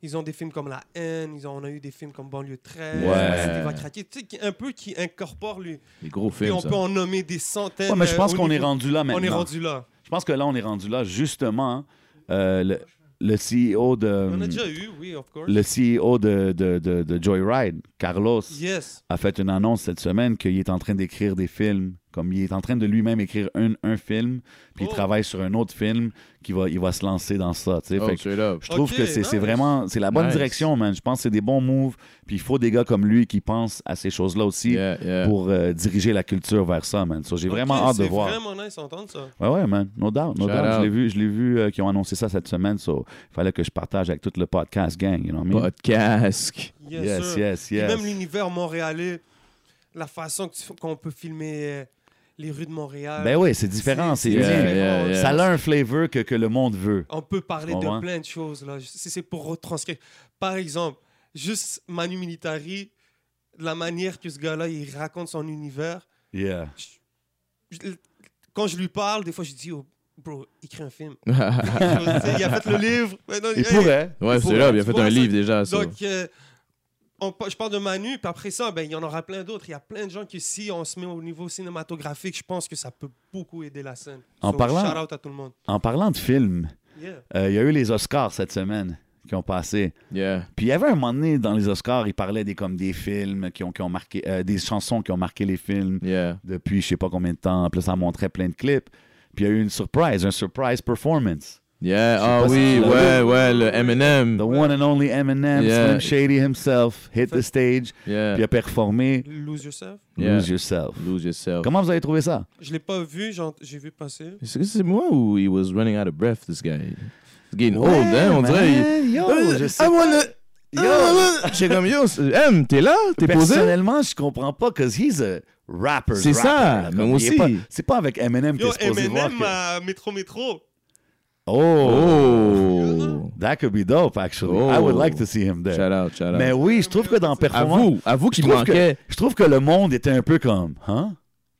Speaker 1: ils ont des films comme La haine, ils ont, on a eu des films comme Banlieue 13,
Speaker 2: Ouais.
Speaker 1: Vas-y, tu vas craquer, tu sais, qui- un peu qui incorpore lui.
Speaker 3: Les gros
Speaker 1: Puis
Speaker 3: films,
Speaker 1: on
Speaker 3: ça.
Speaker 1: peut en nommer des centaines.
Speaker 2: ouais, mais je
Speaker 1: euh,
Speaker 2: pense
Speaker 1: au
Speaker 2: qu'on est
Speaker 1: niveau-
Speaker 2: rendu là maintenant.
Speaker 1: On est rendu là.
Speaker 2: Je pense que là, on est rendu là, justement. euh, le, le CEO de. hum,
Speaker 1: On a déjà eu, oui, of course.
Speaker 2: Euh, Le CEO de, de, de, de Joyride, Carlos,
Speaker 1: Yes.
Speaker 2: a fait une annonce cette semaine qu'il est en train d'écrire des films. Comme il est en train de lui-même écrire un, un film, puis
Speaker 1: Oh.
Speaker 2: il travaille sur un autre film qui va, il va se lancer dans ça. tu sais.
Speaker 3: Oh,
Speaker 2: Fait que
Speaker 3: straight up.
Speaker 2: je trouve
Speaker 1: Ok,
Speaker 2: que c'est c'est
Speaker 1: nice.
Speaker 2: vraiment c'est la bonne
Speaker 3: Nice.
Speaker 2: direction, man. Je pense que c'est des bons moves. Puis il faut des gars comme lui qui pensent à ces choses-là aussi
Speaker 3: Yeah, yeah.
Speaker 2: pour euh, diriger la culture vers ça, man. So, J'ai vraiment
Speaker 1: Ok,
Speaker 2: hâte de voir.
Speaker 1: C'est vraiment nice d'entendre ça.
Speaker 2: Ouais, ouais, man. No doubt. No
Speaker 3: Shout
Speaker 2: doubt. Je
Speaker 3: out.
Speaker 2: l'ai vu, je l'ai vu euh, qu'ils ont annoncé ça cette semaine. So, il fallait que je partage avec tout le podcast gang. You know what I mean?
Speaker 3: Podcast.
Speaker 1: Yes,
Speaker 2: Yes,
Speaker 1: sir.
Speaker 2: yes,
Speaker 1: Puis
Speaker 2: yes.
Speaker 1: Même l'univers montréalais, la façon que tu- qu'on peut filmer euh, les rues de Montréal.
Speaker 2: Ben oui, c'est différent. C'est
Speaker 1: c'est-
Speaker 2: bien.
Speaker 3: Yeah, yeah, yeah.
Speaker 2: Ça a un flavor que, que le monde veut.
Speaker 1: On peut parler
Speaker 2: Tu comprends?
Speaker 1: de plein de choses. Là. Si c'est pour retranscrire. Par exemple, juste Manu Militari, la manière que ce gars-là, il raconte son univers.
Speaker 2: Yeah.
Speaker 1: Je- quand je lui parle, des fois, je dis, oh, bro, écris un film. Tu sais, il a fait le livre. Maintenant,
Speaker 2: Il
Speaker 1: hey,
Speaker 2: pourrait.
Speaker 3: ouais,
Speaker 1: Il faut-
Speaker 3: c'est là, il a
Speaker 1: tu
Speaker 3: fait
Speaker 1: vois,
Speaker 3: un
Speaker 1: ça-
Speaker 3: livre déjà, ça.
Speaker 1: Donc, euh, on pa- je parle de Manu, puis après ça, ben, il y en aura plein d'autres. Il y a plein de gens qui, si on se met au niveau cinématographique, je pense que ça peut beaucoup aider la scène.
Speaker 2: En parlant-
Speaker 1: Shout out à tout le monde.
Speaker 2: En parlant de films,
Speaker 1: Yeah.
Speaker 2: euh, il y a eu les Oscars cette semaine qui ont passé.
Speaker 3: Yeah.
Speaker 2: Puis il y avait un moment donné dans les Oscars, il parlait des, comme des films qui ont, qui ont marqué, euh, des chansons qui ont marqué les films
Speaker 3: Yeah.
Speaker 2: depuis je sais pas combien de temps. Puis là, ça montrait plein de clips. Puis il y a eu une surprise, un surprise performance
Speaker 3: Yeah, ah
Speaker 2: pas si
Speaker 3: oui,
Speaker 2: tu l'as
Speaker 3: ouais, ouais, le Eminem.
Speaker 2: The one and only Eminem,
Speaker 3: Yeah.
Speaker 2: Slim Shady himself, hit the stage,
Speaker 3: Yeah.
Speaker 2: puis a performé
Speaker 1: Lose Yourself.
Speaker 3: Yeah.
Speaker 2: Lose Yourself.
Speaker 3: Lose yourself.
Speaker 2: Comment vous avez trouvé ça?
Speaker 1: Je l'ai pas vu, j'en- j'ai vu passer.
Speaker 3: Est-ce que c'est moi ou he was running out of breath, this guy? He's getting
Speaker 2: Ouais,
Speaker 3: old, hein? On
Speaker 2: man,
Speaker 3: dirait. il- Euh,
Speaker 2: Yo, je sais
Speaker 3: I wanna- Ah, J'étais comme, yo, c'est- M, t'es là? T'es posé?
Speaker 2: Personnellement, je comprends pas, cause he's a rapper.
Speaker 3: C'est ça,
Speaker 2: là,
Speaker 3: mais
Speaker 2: comme
Speaker 3: moi
Speaker 2: il est
Speaker 3: aussi.
Speaker 2: pas- C'est pas avec Eminem que
Speaker 1: Yo,
Speaker 2: c'est supposé voir
Speaker 1: Eminem euh,
Speaker 2: que...
Speaker 1: à euh, Métro Métro.
Speaker 2: Oh,
Speaker 3: Oh!
Speaker 2: that could be dope, actually.
Speaker 3: Oh.
Speaker 2: I would like to see him there.
Speaker 3: Shout out, shout out.
Speaker 2: Mais oui, je trouve que dans
Speaker 3: à
Speaker 2: performance,
Speaker 3: vous, à vous qui
Speaker 2: je trouve, que,
Speaker 3: manquait.
Speaker 2: je trouve que le monde était un peu comme, hein?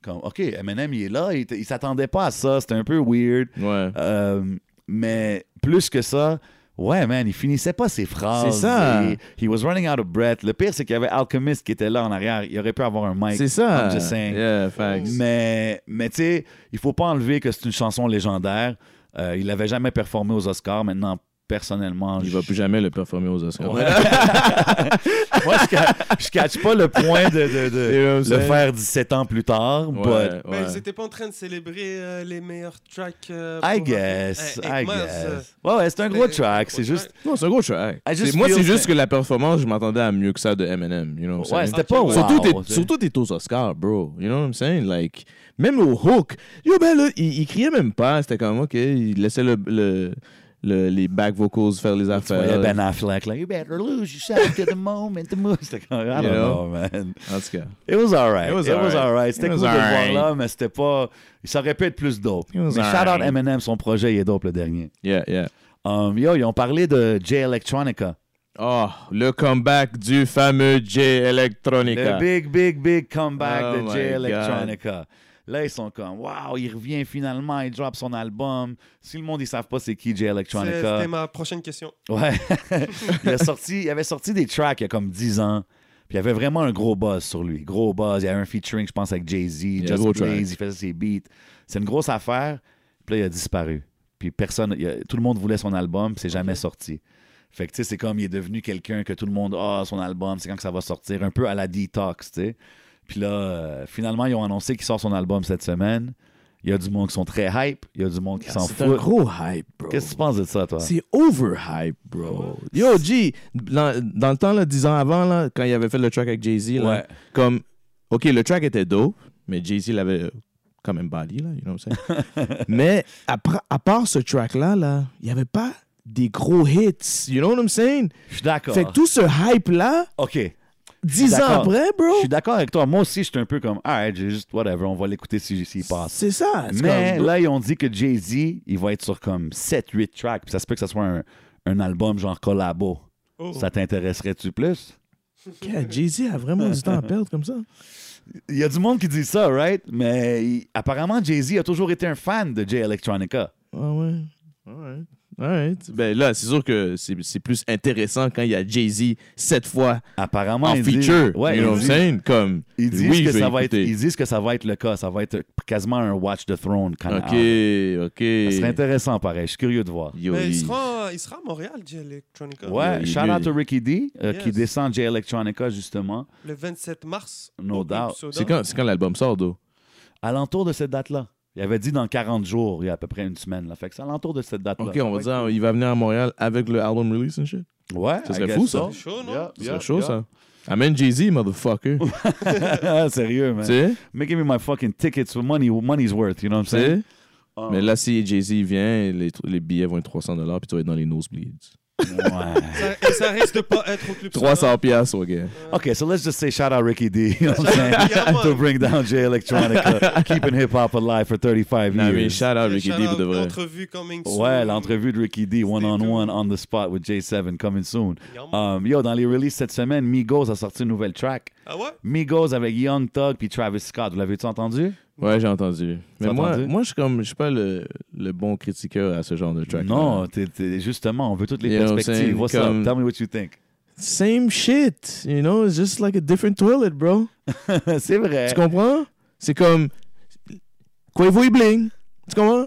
Speaker 2: Comme, OK, Eminem, il est là, il, t- il s'attendait pas à ça, c'était un peu weird.
Speaker 3: Ouais.
Speaker 2: Euh, mais plus que ça, ouais, man, il finissait pas ses phrases.
Speaker 3: C'est ça.
Speaker 2: Et he was running out of breath. Le pire, c'est qu'il y avait Alchemist qui était là en arrière. Il aurait pu avoir un mic.
Speaker 3: C'est ça.
Speaker 2: I'm just saying.
Speaker 3: Yeah, facts.
Speaker 2: Mais, mais tu sais, il faut pas enlever que c'est une chanson légendaire. Euh, il l'avait jamais performé aux Oscars. Maintenant, personnellement,
Speaker 3: Il
Speaker 2: je-
Speaker 3: va plus jamais le performer aux Oscars.
Speaker 2: Mm. Ouais. Moi, je, ca- je catch pas le point de, de- de
Speaker 3: You know what I'm
Speaker 2: le
Speaker 3: saying?
Speaker 2: faire 17 ans plus tard.
Speaker 3: Ouais,
Speaker 2: but
Speaker 1: Ben,
Speaker 3: ouais.
Speaker 1: ils étaient pas en train de célébrer euh, les meilleurs tracks. euh,
Speaker 2: I
Speaker 1: pour-
Speaker 2: guess,
Speaker 1: Eh,
Speaker 2: I
Speaker 1: Eggmans, euh,
Speaker 2: guess. Ouais, ouais, c'est un gros
Speaker 1: c'était-
Speaker 2: track. C'est juste.
Speaker 3: Non, c'est un gros track.
Speaker 2: I just
Speaker 3: C'est- Moi,
Speaker 2: feel
Speaker 3: c'est juste
Speaker 2: that-
Speaker 3: que la performance, je m'attendais à mieux que ça de Eminem. You know what I'm
Speaker 2: Ouais,
Speaker 3: saying?
Speaker 2: c'était pas
Speaker 1: Ok, ouais.
Speaker 2: wow,
Speaker 3: Surtout, t'es-
Speaker 2: tu sais.
Speaker 3: surtout t'es aux Oscars, bro. You know what I'm saying? Like, même au hook. Yo, ben là, il, il criait même pas. C'était comme, OK, il laissait le, le, le- les back vocals faire les
Speaker 2: Tu voyais
Speaker 3: affaires.
Speaker 2: Ben Affleck, like, you better lose yourself to the moment, the moment. C'était comme, I
Speaker 3: You
Speaker 2: don't know,
Speaker 3: know?
Speaker 2: man.
Speaker 3: En tout cas.
Speaker 2: It was alright. It
Speaker 3: It
Speaker 2: was
Speaker 3: was
Speaker 2: alright.
Speaker 3: alright.
Speaker 2: C'était
Speaker 3: It
Speaker 2: cool
Speaker 3: was
Speaker 2: de le
Speaker 3: alright.
Speaker 2: voir là, mais c'était pas. Ça aurait pu être plus dope.
Speaker 3: It was
Speaker 2: Mais shout out
Speaker 3: alright.
Speaker 2: Eminem, son projet, il est dope le dernier.
Speaker 3: Yeah, yeah.
Speaker 2: Um, yo, ils ont parlé de J Electronica.
Speaker 3: Oh, le comeback du fameux J Electronica.
Speaker 2: Le big, big, big comeback
Speaker 3: Oh
Speaker 2: de
Speaker 3: my
Speaker 2: J Electronica. Là, ils sont comme, wow, il revient finalement, il drop son album. Si le monde, ils savent pas c'est qui J
Speaker 1: c'est-
Speaker 2: Electronica.
Speaker 1: C'était ma prochaine question.
Speaker 2: Ouais. il, a sorti, il avait sorti des tracks il y a comme 10 ans. Puis il y avait vraiment un gros buzz sur lui. Gros buzz. Il y avait un featuring, je pense, avec Jay-Z,
Speaker 3: a
Speaker 2: Just
Speaker 3: gros
Speaker 2: Blaze.
Speaker 3: track.
Speaker 2: Il faisait ses beats. C'est une grosse affaire. Puis là, il a disparu. Puis personne, il a- tout le monde voulait son album, puis c'est jamais sorti. Fait que tu sais, c'est comme il est devenu quelqu'un que tout le monde a son album, c'est quand que ça va sortir, un peu à la detox, tu sais. Puis là, euh, finalement, ils ont annoncé qu'il sort son album cette semaine. Il y a du monde qui sont très hype, il y a du monde qui s'en
Speaker 3: Ah, C'est un
Speaker 2: fout.
Speaker 3: gros hype, bro.
Speaker 2: Qu'est-ce que tu penses de ça, toi?
Speaker 3: C'est overhype, bro. Yo, G, dans, dans le temps, là, 10 ans avant, là, quand il avait fait le track avec Jay-Z, là,
Speaker 2: Ouais.
Speaker 3: comme, OK, le track était dope, mais Jay-Z l'avait quand même body, là, you know what I'm saying? mais à, pra- à part ce track-là, là, il n'y avait pas des gros hits, you know what I'm saying?
Speaker 2: Je suis d'accord.
Speaker 3: Fait que tout ce hype-là,
Speaker 2: OK.
Speaker 3: 10
Speaker 2: D'accord.
Speaker 3: ans après,
Speaker 2: Je
Speaker 3: bro,
Speaker 2: suis d'accord avec toi. Moi aussi, je suis un peu comme, alright, j'ai juste, whatever, on va l'écouter si- s'il passe.
Speaker 3: c'est ça. c'est
Speaker 2: Mais
Speaker 3: comme-
Speaker 2: là, ils ont dit que Jay-Z, il va être sur comme 7-8 tracks. Puis ça se peut que ça soit un, un album genre collabo.
Speaker 1: Oh.
Speaker 2: Ça t'intéresserait-tu plus?
Speaker 3: Yeah, Jay-Z a vraiment du temps à perdre comme ça.
Speaker 2: Il y a du monde qui dit ça, right? Mais il- apparemment, Jay-Z a toujours été un fan de Jay Electronica.
Speaker 3: Ah ouais. Alright. Alright. Ben là, c'est sûr que c'est c'est plus intéressant quand il y a Jay-Z sept fois
Speaker 2: Apparemment,
Speaker 3: en
Speaker 2: il dit-
Speaker 3: feature.
Speaker 2: ouais,
Speaker 3: you know what I'm
Speaker 2: il dit-
Speaker 3: saying? Comme,
Speaker 2: ils disent
Speaker 3: oui, ben,
Speaker 2: que
Speaker 3: je vais
Speaker 2: ça va être,
Speaker 3: écouter.
Speaker 2: ils disent que ça va être le cas. Ça va être quasiment un Watch the Throne quand même.
Speaker 3: OK, OK.
Speaker 2: Ah, Ça serait intéressant, pareil. Je suis curieux de voir.
Speaker 3: Yo,
Speaker 1: Mais Ben, il
Speaker 3: il-
Speaker 1: sera, il sera à Montréal, J Electronica.
Speaker 2: Ouais,
Speaker 3: il-
Speaker 2: shout out to Ricky D, euh, qui
Speaker 1: euh, Yes.
Speaker 2: descend J Electronica justement.
Speaker 1: Le 27 mars. au
Speaker 2: No doubt.
Speaker 1: Club Soda.
Speaker 3: C'est quand, c'est quand l'album sort, d'où?
Speaker 2: alentour de cette date-là. Il avait dit dans 40 jours, il y a à peu près une semaine. Là. Fait que c'est alentour de cette date-là.
Speaker 3: OK, on va
Speaker 1: Ouais.
Speaker 3: dire, il va venir à Montréal avec le album release and shit.
Speaker 2: Ouais,
Speaker 3: Ça
Speaker 2: I
Speaker 3: serait
Speaker 2: guess
Speaker 3: fou,
Speaker 2: so.
Speaker 3: ça.
Speaker 1: C'est chaud, non?
Speaker 2: Yeah,
Speaker 3: C'est
Speaker 2: yeah,
Speaker 3: chaud,
Speaker 2: yeah.
Speaker 3: ça. Amène Jay-Z, motherfucker. tu
Speaker 2: Ah, Sérieux, man.
Speaker 3: sais?
Speaker 2: Making me my fucking tickets for money, money's worth, you know what I'm
Speaker 3: Tu
Speaker 2: saying?
Speaker 3: sais? Mais là, si Jay-Z vient, les, les billets vont être 300 puis tu vas être dans les nosebleeds.
Speaker 2: Ouais.
Speaker 1: Ça, et ça risque de pas être au club.
Speaker 3: 300 piastres, ok.
Speaker 2: OK, so let's just say shout out Ricky D, you know what I'm saying?
Speaker 1: Yeah,
Speaker 2: to
Speaker 1: man.
Speaker 2: bring down Jay Electronica, keeping hip-hop alive for 35
Speaker 3: Non, mais
Speaker 2: years.
Speaker 3: shout out
Speaker 1: Le
Speaker 3: Ricky D,
Speaker 1: shout-out,
Speaker 3: pour de vrai.
Speaker 1: L'entrevue coming soon.
Speaker 2: Ouais, l'entrevue de Ricky D, one-on-one,
Speaker 1: tout.
Speaker 2: on, the spot with J7, coming soon.
Speaker 1: Yeah, man.
Speaker 2: Um, yo, dans les releases cette semaine, Migos a sorti une nouvelle track.
Speaker 1: Ah ouais?
Speaker 2: Migos avec Young Thug puis Travis Scott. Vous l'avez-tu entendu?
Speaker 3: Ouais, j'ai entendu.
Speaker 2: T'as
Speaker 3: Mais moi,
Speaker 2: entendu?
Speaker 3: moi je suis comme je suis pas le, le bon critiqueur à ce genre de track.
Speaker 2: Non, t'es- t'es- justement, on veut toutes les
Speaker 3: You know what I'm
Speaker 2: perspectives.
Speaker 3: saying?
Speaker 2: What's
Speaker 3: Comme-
Speaker 2: up? Tell me what you think.
Speaker 3: Same shit, you know, it's just like a different toilet, bro.
Speaker 2: c'est vrai.
Speaker 3: Tu comprends? C'est comme Quavo et Bling. Tu comprends?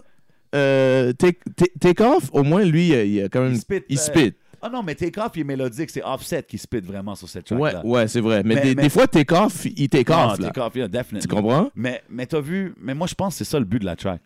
Speaker 3: Euh, take, take- take off, au moins lui, il a, il a quand même.
Speaker 2: Il spit, euh,
Speaker 3: spit.
Speaker 2: Ah non, mais Take Off, il est mélodique. C'est Offset qui spit vraiment sur cette
Speaker 3: Ouais,
Speaker 2: track-là.
Speaker 3: ouais, c'est vrai. Mais,
Speaker 2: Mais-
Speaker 3: des,
Speaker 2: mais-
Speaker 3: des fois, take off, il take
Speaker 2: Non,
Speaker 3: off. là.
Speaker 2: Take Off, yeah, definitely.
Speaker 3: Tu comprends?
Speaker 2: Mais, mais t'as vu, mais moi je pense que c'est ça le but de la track.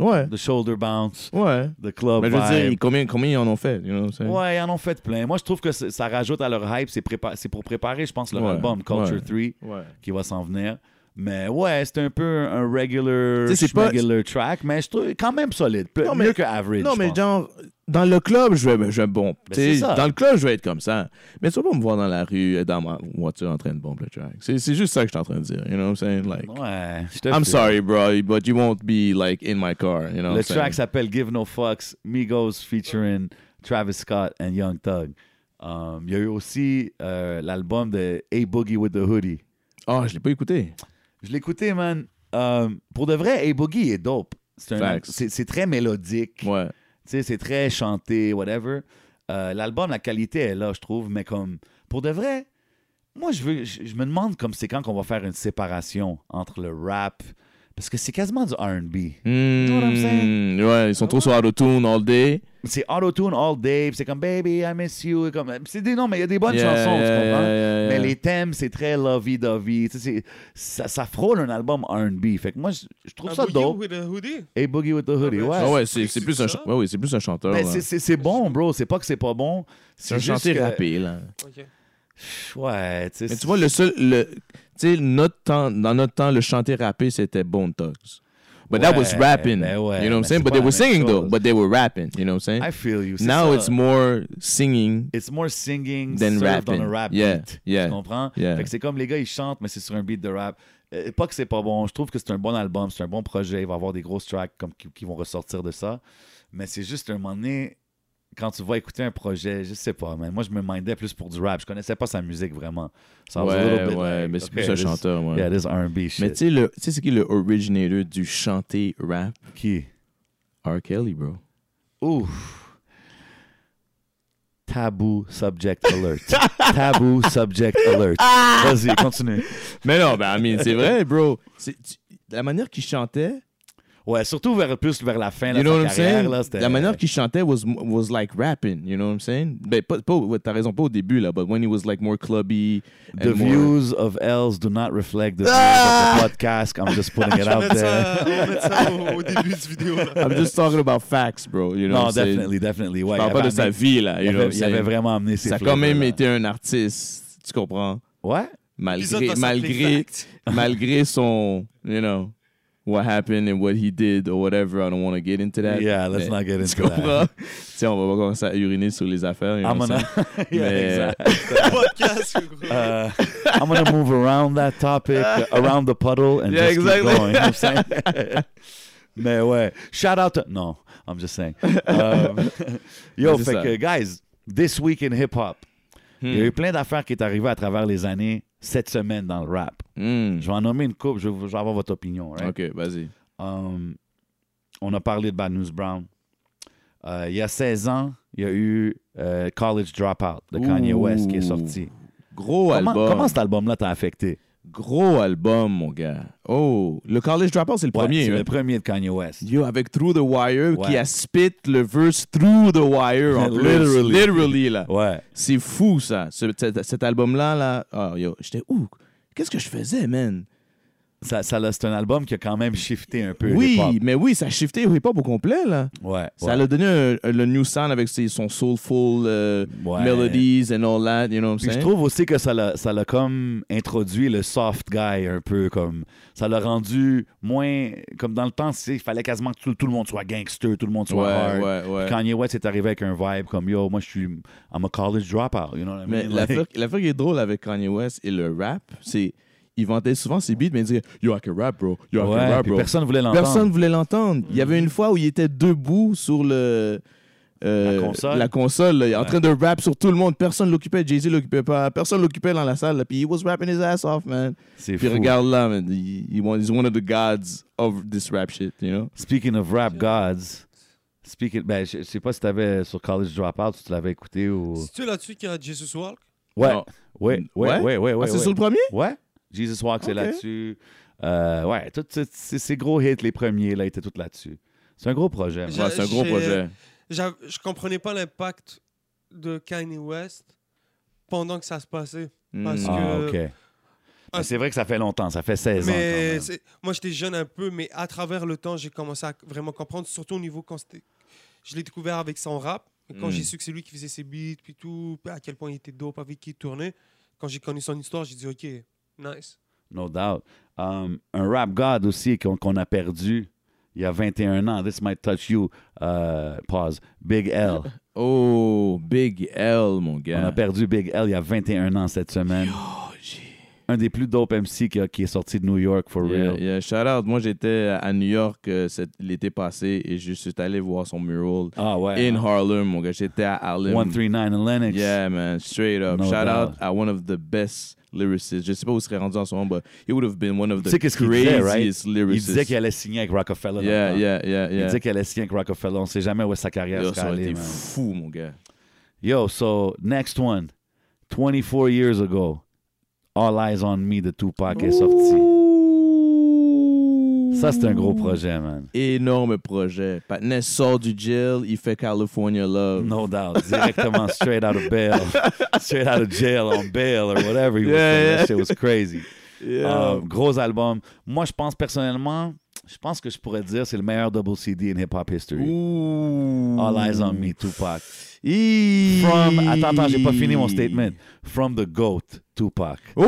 Speaker 4: Ouais.
Speaker 2: The shoulder bounce,
Speaker 4: Ouais.
Speaker 2: the club
Speaker 3: Mais je veux
Speaker 2: vibe.
Speaker 3: dire, combien, combien ils en ont fait? You know what I'm saying?
Speaker 2: Oh Ouais, ils en ont fait plein. Moi, je trouve que c'est- ça rajoute à leur hype. C'est prépa- c'est pour préparer, je pense, leur
Speaker 3: Ouais,
Speaker 2: album Culture
Speaker 3: ouais.
Speaker 2: 3
Speaker 3: Ouais.
Speaker 2: qui va s'en venir. Mais ouais, c'est un peu un regular,
Speaker 4: Tu sais, c'est pas-
Speaker 2: regular track, mais je trouve quand même solide. Plus-
Speaker 4: Non, mais-
Speaker 2: mieux que average.
Speaker 4: Non,
Speaker 2: je
Speaker 4: mais
Speaker 2: pense.
Speaker 4: genre,
Speaker 3: Dans le club, je vais, ben, je vais bon. Tu sais,
Speaker 2: c'est ça.
Speaker 3: dans le club, je vais être comme ça. Mais tu vas pas me voir dans la rue, euh, dans ma voiture en train de bomber le track. C'est c'est juste ça que je suis en train de dire. You know what I'm saying? Like,
Speaker 2: Ouais, je te
Speaker 3: I'm
Speaker 2: fais.
Speaker 3: sorry, bro, but you won't be like in my car. You know
Speaker 2: Le
Speaker 3: what I'm saying?
Speaker 2: track s'appelle Give No Fucks, Migos featuring Travis Scott and Young Thug. Um, Il y a eu aussi euh, l'album de A Boogie with the Hoodie.
Speaker 3: Ah, je l'ai pas écouté.
Speaker 2: Je l'écoutais, man. Um, pour de vrai, A Boogie est dope. C'est un-
Speaker 3: Facts.
Speaker 2: C'est c'est très mélodique.
Speaker 3: Ouais.
Speaker 2: Tu sais, c'est très chanté, whatever. Euh, L'album, la qualité est là, je trouve, mais comme pour de vrai, moi je veux, je, je me demande comme c'est quand qu'on va faire une séparation entre le rap parce que c'est quasiment du R&B.
Speaker 3: Mm,
Speaker 2: what I'm
Speaker 3: ouais, ils sont trop sur autotune all day.
Speaker 2: C'est auto-tune all day, puis c'est comme baby I miss you, et comme c'est des non mais il y a des bonnes
Speaker 3: Yeah,
Speaker 2: chansons,
Speaker 3: yeah,
Speaker 2: tu comprends?
Speaker 3: yeah, yeah,
Speaker 2: Mais
Speaker 3: yeah.
Speaker 2: les thèmes, c'est très lovey-dovey. Tu sais, c'est- ça, ça frôle un album R&B. Fait que moi, je, je trouve
Speaker 1: Un
Speaker 2: ça
Speaker 1: boogie
Speaker 2: dope.
Speaker 1: with a hoodie?
Speaker 2: Hey, Boogie with the Hoodie,
Speaker 1: mais-
Speaker 2: ouais.
Speaker 3: Ah ouais, c'est c'est plus,
Speaker 1: Ça?
Speaker 3: un ch- ouais, ouais, c'est plus un chanteur.
Speaker 2: Mais
Speaker 3: là.
Speaker 2: c'est- c'est c'est bon, bro. C'est pas que c'est pas bon.
Speaker 3: C'est un
Speaker 2: juste
Speaker 3: chanteur
Speaker 2: que-
Speaker 3: rapé, là.
Speaker 1: Ok.
Speaker 2: Ouais, tu sais.
Speaker 3: Mais
Speaker 2: c'est-
Speaker 3: tu vois, le seul. Le, tu sais, notre temps, dans notre temps, le chanter rappé, c'était Bone Thugs. But that was
Speaker 2: Ouais,
Speaker 3: rapping. you
Speaker 2: ben ouais,
Speaker 3: know what I'm
Speaker 2: mais
Speaker 3: saying?
Speaker 2: c'est
Speaker 3: But
Speaker 2: pas
Speaker 3: they
Speaker 2: la
Speaker 3: were
Speaker 2: même
Speaker 3: singing, though.
Speaker 2: chose.
Speaker 3: But they were rapping. You know what I'm saying?
Speaker 2: I feel you. c'est
Speaker 3: Now
Speaker 2: ça.
Speaker 3: it's more singing.
Speaker 2: It's more singing
Speaker 3: Than
Speaker 2: served
Speaker 3: rapping.
Speaker 2: on a rap
Speaker 3: Yeah,
Speaker 2: beat.
Speaker 3: yeah,
Speaker 2: Tu comprends?
Speaker 3: yeah.
Speaker 2: Fait que c'est comme les gars, ils chantent, mais c'est sur un beat de rap. Euh, pas que c'est pas bon. Je trouve que c'est un bon album, c'est un bon projet. Il va y avoir des grosses tracks comme, qui, qui vont ressortir de ça. Mais c'est juste un moment donné, quand tu vas écouter un projet, je sais pas, man. Moi, je me mindais plus pour du rap. Je connaissais pas sa musique vraiment. Ça was a
Speaker 3: ouais,
Speaker 2: little bit
Speaker 3: ouais,
Speaker 2: like,
Speaker 3: mais c'est
Speaker 2: okay,
Speaker 3: plus un
Speaker 2: this-
Speaker 3: chanteur, ouais.
Speaker 2: Yeah, this R&B shit.
Speaker 3: mais tu sais, le- tu sais, c'est qui le originator du chanter rap?
Speaker 2: qui?
Speaker 3: R. Kelly, bro.
Speaker 2: Ouf. Taboo subject alert. Taboo subject alert. Vas-y, continue.
Speaker 3: Mais non, ben, I mean, c'est vrai, bro. C'est- tu- la manière qu'il chantait,
Speaker 2: Ouais, surtout vers, plus vers la fin de
Speaker 3: you know what
Speaker 2: sa
Speaker 3: I'm
Speaker 2: carrière.
Speaker 3: saying?
Speaker 2: Là, c'était- euh,
Speaker 3: la manière qu'il chantait was, was like rapping, you know what I'm saying? Ben, pas, pas, ouais, t'as raison, pas au début, là, but when he was like more clubby. and
Speaker 2: The
Speaker 3: more-
Speaker 2: views
Speaker 3: euh,
Speaker 2: of Els do not reflect the views
Speaker 3: Ah!
Speaker 2: of the podcast. I'm just putting it
Speaker 1: On va
Speaker 2: out
Speaker 1: mettre
Speaker 2: there.
Speaker 1: ça, on va mettre ça au, au début de cette vidéo. Là.
Speaker 2: Ah
Speaker 3: I'm just talking about facts, bro. You know
Speaker 2: Non,
Speaker 3: what I'm saying?
Speaker 2: definitely, definitely.
Speaker 3: Je
Speaker 2: Ouais,
Speaker 3: parle
Speaker 2: il
Speaker 3: pas de
Speaker 2: avait
Speaker 3: sa
Speaker 2: amené-
Speaker 3: vie, là.
Speaker 2: Il
Speaker 3: You know what
Speaker 2: avait,
Speaker 3: I'm
Speaker 2: il avait
Speaker 3: saying?
Speaker 2: vraiment amené ses
Speaker 3: Ça a quand même
Speaker 2: flavors-là.
Speaker 3: été un artiste, tu comprends?
Speaker 2: Ouais?
Speaker 1: L'épisode va s'appeler
Speaker 3: Malgré, malgré,
Speaker 1: Fact.
Speaker 3: malgré son, you know, what happened and what he did or whatever. I don't want to get into that.
Speaker 2: Yeah,
Speaker 3: Mais
Speaker 2: let's not get
Speaker 3: Tu
Speaker 2: into
Speaker 3: comprends?
Speaker 2: that.
Speaker 3: tu sais, on va pas commencer à uriner sur les affaires. you know
Speaker 2: I'm
Speaker 3: what I'm
Speaker 2: gonna,
Speaker 3: saying?
Speaker 2: yeah,
Speaker 3: Mais-
Speaker 2: exact.
Speaker 1: Podcast, gros.
Speaker 2: Uh, I'm gonna move around that topic, uh, around the puddle, and
Speaker 3: Yeah,
Speaker 2: just
Speaker 3: exactly.
Speaker 2: keep going. You know what I'm saying? Mais ouais, shout out to no, I'm just saying. Um, yo,
Speaker 3: Mais c'est
Speaker 2: fait
Speaker 3: ça. Mm.
Speaker 2: que, guys, this week in hip hop, il
Speaker 3: hmm,
Speaker 2: y a eu plein d'affaires qui est arrivé à travers les années cette semaine dans le rap.
Speaker 3: Hmm.
Speaker 2: Je vais en nommer une coupe, je, vais- je vais avoir votre opinion. right?
Speaker 3: Ok, vas-y.
Speaker 2: Um, on a parlé de Bad News Brown. Euh, il y a 16 ans, il y a eu euh, College Dropout de Kanye
Speaker 3: Ouh.
Speaker 2: West qui est sorti.
Speaker 3: Gros
Speaker 2: Comment,
Speaker 3: album.
Speaker 2: comment cet album-là t'a affecté?
Speaker 3: Gros album, mon gars. Oh, le College Dropout, c'est le
Speaker 2: Ouais,
Speaker 3: premier.
Speaker 2: c'est
Speaker 3: hein?
Speaker 2: le premier de Kanye West.
Speaker 3: Yo, avec Through the Wire,
Speaker 2: Ouais.
Speaker 3: qui a spit le verse Through the Wire. En plus.
Speaker 2: Literally.
Speaker 3: Literally, là.
Speaker 2: Ouais.
Speaker 3: C'est fou, ça. Ce- cet, cet album-là, là. Oh, yo, j'étais où? Qu'est-ce que je faisais, man?
Speaker 2: Ça, ça, là, c'est un album qui a quand même shifté un peu.
Speaker 3: Oui,
Speaker 2: l'hip-hop.
Speaker 3: mais oui, ça a shifté au hip-hop au complet, là.
Speaker 2: Ouais.
Speaker 3: Ça
Speaker 2: ouais.
Speaker 3: l'a donné un- un- le new sound avec ses, son soulful euh,
Speaker 2: Ouais.
Speaker 3: melodies and all that, you know what I'm
Speaker 2: Puis je
Speaker 3: saying?
Speaker 2: trouve aussi que ça l'a, ça l'a comme introduit le soft guy un peu comme ça l'a rendu moins comme dans le temps tu sais, il fallait quasiment que tout, tout le monde soit gangster tout le monde soit hard
Speaker 3: ouais, ouais, ouais.
Speaker 2: Puis Kanye West est arrivé avec un vibe comme yo moi je suis I'm a college dropout you know what I
Speaker 3: Mais
Speaker 2: mean
Speaker 3: la
Speaker 2: Like,
Speaker 3: l'affaire l'affaire qui est drôle avec Kanye West et le rap, c'est il vantait souvent ses beats, mais il disait Yo, I can rap, bro. Yo, I
Speaker 2: ouais,
Speaker 3: can rap,
Speaker 2: puis
Speaker 3: bro.
Speaker 2: personne voulait l'entendre
Speaker 3: Personne voulait l'entendre. Il y avait une fois où il était debout sur le. euh,
Speaker 2: La console.
Speaker 3: la console, là, en
Speaker 2: Ouais.
Speaker 3: train de rap sur tout le monde. Personne l'occupait. Jay-Z l'occupait pas. Personne l'occupait dans la salle. là, Puis he was rapping his ass off, man.
Speaker 2: c'est
Speaker 3: Puis
Speaker 2: fou.
Speaker 3: regarde là, man. He, he one- he's one of the gods of this rap shit, you know?
Speaker 2: speaking of rap gods speaking ben je, je sais pas si t'avais sur college dropout si tu l'avais écouté ou
Speaker 1: C'est-tu là-dessus qu'il y a Jesus Walk?
Speaker 2: ouais
Speaker 3: Non.
Speaker 2: ouais
Speaker 3: Ouais?
Speaker 2: ouais ouais ouais,
Speaker 3: Ah,
Speaker 2: ouais,
Speaker 3: c'est
Speaker 2: ouais.
Speaker 3: sur le premier?
Speaker 2: Ouais. Jesus Walk, c'est
Speaker 3: Ok.
Speaker 2: là-dessus. Euh, ouais, tous ces- ces ces gros hits, les premiers, là, étaient tous là-dessus. C'est un gros projet. man.
Speaker 1: J'ai-
Speaker 3: Ouais, c'est un gros
Speaker 1: j'ai-
Speaker 3: projet.
Speaker 1: J'av- Je comprenais pas l'impact de Kanye West pendant que ça se passait.
Speaker 3: Mm.
Speaker 1: parce
Speaker 2: Ah,
Speaker 1: que-
Speaker 2: ok.
Speaker 1: Ah,
Speaker 2: Mais c'est vrai que ça fait longtemps, ça fait 16 ans. quand
Speaker 1: Mais
Speaker 2: même.
Speaker 1: c'est- moi, j'étais jeune un peu, mais à travers le temps, j'ai commencé à vraiment comprendre, surtout au niveau quand c'était- je l'ai découvert avec son rap. Quand
Speaker 2: Mm.
Speaker 1: j'ai su que c'est lui qui faisait ses beats, puis tout, à quel point il était dope, avec qui il tournait, quand j'ai connu son histoire, j'ai dit, OK, nice.
Speaker 2: No doubt. Um, un rap god aussi qu'on qu'on a perdu il y a 21 ans. This might touch you. Euh, pause. Big L.
Speaker 3: Oh, Big L, mon
Speaker 2: On a
Speaker 3: gars.
Speaker 2: perdu Big L il y a 21 ans cette semaine.
Speaker 3: Oh, j'ai-
Speaker 2: Un des plus dope MC qui, a- qui est sorti de New York, for
Speaker 3: Yeah,
Speaker 2: real.
Speaker 3: yeah, shout out. Moi, j'étais à New York euh, cet- l'été passé et je suis allé voir son mural
Speaker 2: Ah ouais.
Speaker 3: in Harlem, mon gars. J'étais à Harlem.
Speaker 2: 139 and Lennox.
Speaker 3: Yeah, man, straight up.
Speaker 2: No
Speaker 3: Shout
Speaker 2: doubt.
Speaker 3: out à one of the best lyricists. Je sais pas où il serait rendu en ce moment, but he would have been one of the
Speaker 2: Tu sais qu'est-ce qu'il disait,
Speaker 3: craziest
Speaker 2: right? Il
Speaker 3: lyricists.
Speaker 2: disait qu'il allait signer avec Rockefeller.
Speaker 3: Yeah,
Speaker 2: longtemps.
Speaker 3: yeah, yeah,
Speaker 2: Il
Speaker 3: yeah.
Speaker 2: disait qu'il allait signer avec Rockefeller. On sait jamais où sa carrière
Speaker 3: Yo,
Speaker 2: sera
Speaker 3: ça aurait
Speaker 2: allée,
Speaker 3: été
Speaker 2: man.
Speaker 3: fou, mon gars.
Speaker 2: Yo, so next one. 24 years ago, All Eyes on Me de Tupac est sorti. Ça, c'est un gros projet, man.
Speaker 3: Énorme projet. Patnais sort du jail, il fait California Love.
Speaker 2: No doubt. Directement straight out of bail. straight out of jail on bail or whatever. He was
Speaker 3: Yeah,
Speaker 2: saying.
Speaker 3: yeah.
Speaker 2: That shit was crazy.
Speaker 3: Yeah.
Speaker 2: Um, gros album. Moi, je pense personnellement, je pense que je pourrais dire c'est le meilleur double CD in hip-hop history.
Speaker 3: Ouh.
Speaker 2: All Eyes on Me, Tupac.
Speaker 3: Hi.
Speaker 2: From, attends, attends, j'ai pas fini mon statement. From the GOAT, Tupac.
Speaker 3: Oh,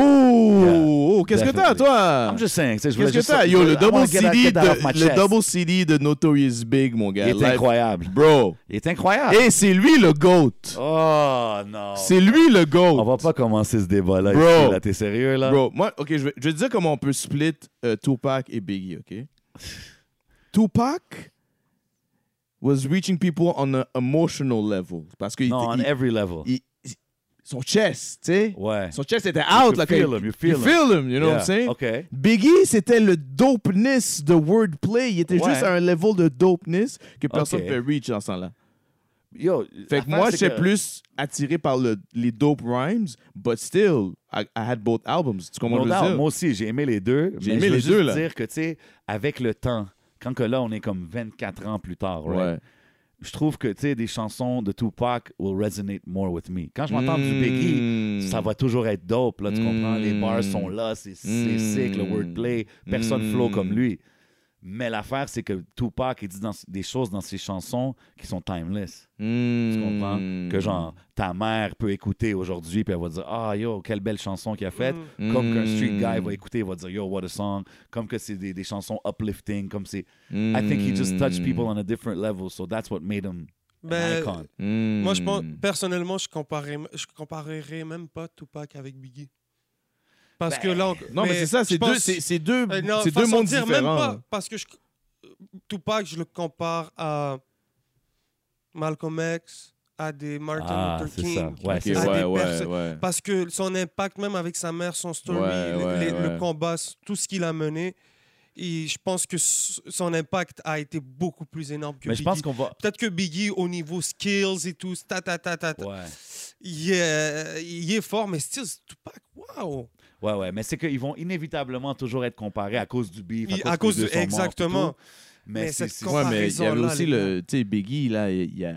Speaker 3: oh, qu'est-ce que t'as,
Speaker 2: definitely.
Speaker 3: toi?
Speaker 2: I'm just saying. tu sais, je voulais
Speaker 3: Qu'est-ce que
Speaker 2: juste-
Speaker 3: t'as? Yo,
Speaker 2: I
Speaker 3: le double,
Speaker 2: wanna get that-
Speaker 3: CD
Speaker 2: get that off
Speaker 3: de,
Speaker 2: my
Speaker 3: le
Speaker 2: chest.
Speaker 3: double CD de Notorious Big, mon
Speaker 2: Il
Speaker 3: gars.
Speaker 2: est
Speaker 3: Live-
Speaker 2: incroyable.
Speaker 3: Bro.
Speaker 2: Il est incroyable.
Speaker 3: Et c'est lui le GOAT.
Speaker 2: Oh non.
Speaker 3: C'est lui le GOAT.
Speaker 2: On va pas commencer ce débat-là.
Speaker 3: Bro.
Speaker 2: ici, là. T'es sérieux là?
Speaker 3: Bro, moi, ok, je vais, je vais te dire comment on peut split euh, Tupac et Biggie, ok? Tupac was reaching people on an emotional level. Parce que il-
Speaker 2: Non, on
Speaker 3: il-
Speaker 2: every level.
Speaker 3: il- son chest, tu sais?
Speaker 2: Ouais.
Speaker 3: Son chest était
Speaker 2: You
Speaker 3: out.
Speaker 2: could
Speaker 3: like,
Speaker 2: feel him, you feel him.
Speaker 3: him, you know what I'm
Speaker 2: Yeah,
Speaker 3: saying?
Speaker 2: OK.
Speaker 3: Biggie, c'était le dopeness de wordplay. Il était
Speaker 2: Ouais.
Speaker 3: juste à un level de dopeness que personne ne
Speaker 2: Ok.
Speaker 3: peut reach dans ce temps-là.
Speaker 2: Yo,
Speaker 3: Fait que
Speaker 2: l'affaire,
Speaker 3: moi,
Speaker 2: c'est
Speaker 3: j'étais
Speaker 2: que-
Speaker 3: plus attiré par le, les dope rhymes, but still, I, I had both albums. Tu comprends
Speaker 2: No
Speaker 3: ce que je veux
Speaker 2: doubt,
Speaker 3: dire?
Speaker 2: moi aussi, j'ai aimé les deux.
Speaker 3: J'ai
Speaker 2: mais
Speaker 3: aimé
Speaker 2: je veux
Speaker 3: les
Speaker 2: juste
Speaker 3: deux, là.
Speaker 2: dire que, tu sais, avec le temps, quand que là, on est comme 24 ans plus tard, right?
Speaker 3: Ouais.
Speaker 2: je trouve que, tu sais, des chansons de Tupac will resonate more with me. Quand je m'entends du Biggie,
Speaker 3: Mm.
Speaker 2: ça va toujours être dope, là, tu comprends? Les bars sont là, c'est c'est
Speaker 3: Mm.
Speaker 2: sick, le wordplay, personne
Speaker 3: Mm.
Speaker 2: flow comme lui. Mais l'affaire, c'est que Tupac, il dit dans- des choses dans ses chansons qui sont timeless.
Speaker 3: Mm.
Speaker 2: Tu comprends? Que
Speaker 3: Hmm.
Speaker 2: genre, ta mère peut écouter aujourd'hui, puis elle va dire Ah, yo, quelle belle chanson qu'il a faite.
Speaker 1: Hmm.
Speaker 3: Mm.
Speaker 2: Comme qu'un street
Speaker 3: Mm.
Speaker 2: guy va écouter, il va dire Yo, what a song. Comme que c'est des, des chansons uplifting. Comme c'est.
Speaker 3: Mm.
Speaker 2: I think he just touched people on a different level, so that's what made him an
Speaker 1: Ben,
Speaker 2: icon.
Speaker 3: Mm.
Speaker 1: moi, je pense, personnellement, je comparerais, je comparerais même pas Tupac avec Biggie. Parce que
Speaker 2: Ben,
Speaker 1: là, on-
Speaker 3: Non, mais, c'est ça,
Speaker 1: je
Speaker 3: c'est deux,
Speaker 1: pense-
Speaker 3: c'est- c'est deux,
Speaker 1: Euh, non,
Speaker 3: c'est deux
Speaker 1: façon de
Speaker 3: mondes
Speaker 1: dire,
Speaker 3: différents.
Speaker 1: Même pas, parce que je, Tupac, je le compare à Malcolm X, à des Martin
Speaker 2: Ah,
Speaker 1: Luther
Speaker 2: c'est ça.
Speaker 1: King.
Speaker 2: Ouais,
Speaker 3: Ok,
Speaker 2: c'est
Speaker 1: à
Speaker 2: ça.
Speaker 1: des
Speaker 3: ouais, ouais,
Speaker 1: perso-
Speaker 3: ouais.
Speaker 1: Parce que son impact, même avec sa mère, son story,
Speaker 3: Ouais,
Speaker 1: le-
Speaker 3: ouais,
Speaker 1: les-
Speaker 3: ouais.
Speaker 1: le combat, s- tout ce qu'il a mené, et je pense que s- son impact a été beaucoup plus énorme que
Speaker 2: Mais je
Speaker 1: Biggie.
Speaker 2: pense qu'on va.
Speaker 1: Peut-être que Biggie, au niveau skills et tout, ta, ta, ta, ta, ta,
Speaker 2: Ouais,
Speaker 1: il, est, euh, il est fort, mais still, Tupac, waouh!
Speaker 2: ouais, ouais. Mais c'est qu'ils vont inévitablement toujours être comparés à cause du beef.
Speaker 1: Il- À cause
Speaker 2: que les
Speaker 1: de.
Speaker 2: deux sont morts,
Speaker 1: Exactement.
Speaker 2: tout. Mais
Speaker 1: Mais
Speaker 2: c'est
Speaker 1: cette
Speaker 2: c'est-
Speaker 3: Ouais, mais il y avait
Speaker 1: comparaison-là,
Speaker 3: aussi
Speaker 1: les
Speaker 3: le. Tu sais, Biggie, là, il il a,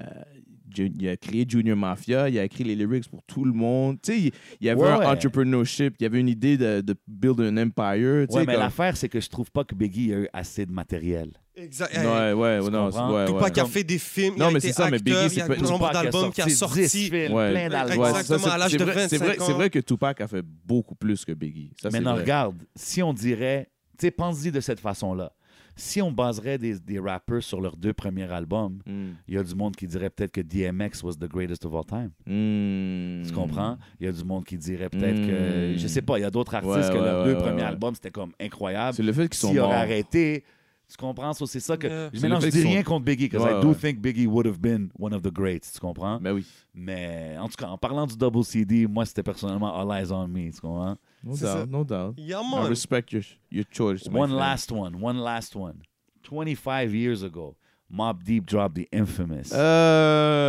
Speaker 3: il a créé Junior Mafia, il a écrit les lyrics pour tout le monde. Tu sais, il- il y avait
Speaker 2: Ouais.
Speaker 3: un entrepreneurship, il y avait une idée de, de build an empire. tu
Speaker 2: Ouais,
Speaker 3: sais,
Speaker 2: mais
Speaker 3: comme-
Speaker 2: l'affaire, c'est que je trouve pas que Biggie a eu assez de matériel.
Speaker 1: Exact.
Speaker 3: Ouais, ouais,
Speaker 2: Tu
Speaker 3: non,
Speaker 2: comprends?
Speaker 3: ouais,
Speaker 1: Tupac
Speaker 3: ouais.
Speaker 1: a fait des films.
Speaker 3: Non,
Speaker 1: il a
Speaker 3: mais
Speaker 1: été
Speaker 3: c'est ça, mais
Speaker 1: acteur,
Speaker 3: Biggie, c'est
Speaker 1: il y a
Speaker 3: pas-
Speaker 1: un nombre
Speaker 2: Tupac a
Speaker 1: d'albums qui a sorti.
Speaker 2: 10 films,
Speaker 3: Ouais.
Speaker 2: plein d'albums.
Speaker 3: Ouais,
Speaker 1: Exactement,
Speaker 3: c'est ça, c'est-
Speaker 1: à l'âge
Speaker 3: c'est
Speaker 1: de
Speaker 3: vrai- C'est vrai,
Speaker 1: 25 ans.
Speaker 3: c'est vrai que Tupac a fait beaucoup plus que Biggie. Ça, c'est
Speaker 2: Maintenant,
Speaker 3: vrai.
Speaker 2: regarde, si on dirait, tu sais, pense-y de cette façon-là. Si on baserait des, des rappers sur leurs deux premiers albums,
Speaker 3: Mm.
Speaker 2: il y a du monde qui dirait peut-être que DMX was the greatest of all time.
Speaker 3: Mm.
Speaker 2: Tu comprends? Il y a du monde qui dirait peut-être
Speaker 3: Mm.
Speaker 2: que. Je sais pas, il y a d'autres artistes
Speaker 3: Ouais,
Speaker 2: que
Speaker 3: ouais,
Speaker 2: leurs
Speaker 3: ouais,
Speaker 2: deux
Speaker 3: ouais,
Speaker 2: premiers
Speaker 3: ouais.
Speaker 2: albums, c'était comme incroyable.
Speaker 3: C'est le fait qu'ils sont
Speaker 2: S'il
Speaker 3: morts.
Speaker 2: aurait arrêté, tu comprends? So, c'est ça que.
Speaker 1: Yeah.
Speaker 2: Je
Speaker 3: C'est le
Speaker 2: mélange,
Speaker 3: fait
Speaker 2: je dis
Speaker 3: qu'ils
Speaker 2: rien
Speaker 3: sont-
Speaker 2: contre Biggie, because
Speaker 3: Ouais,
Speaker 2: I do
Speaker 3: ouais.
Speaker 2: think Biggie would have been one of the greats, tu comprends?
Speaker 3: Ben oui.
Speaker 2: Mais en tout cas, en parlant du double CD, moi, c'était personnellement All Eyes on Me, tu comprends?
Speaker 3: No
Speaker 1: C'est ça.
Speaker 3: doubt, no doubt.
Speaker 1: Yeah,
Speaker 3: I
Speaker 1: man.
Speaker 3: respect your, your choice. my
Speaker 2: One
Speaker 3: friend.
Speaker 2: last one, one last one. 25 years ago, Mob Deep dropped the infamous.
Speaker 3: Oh.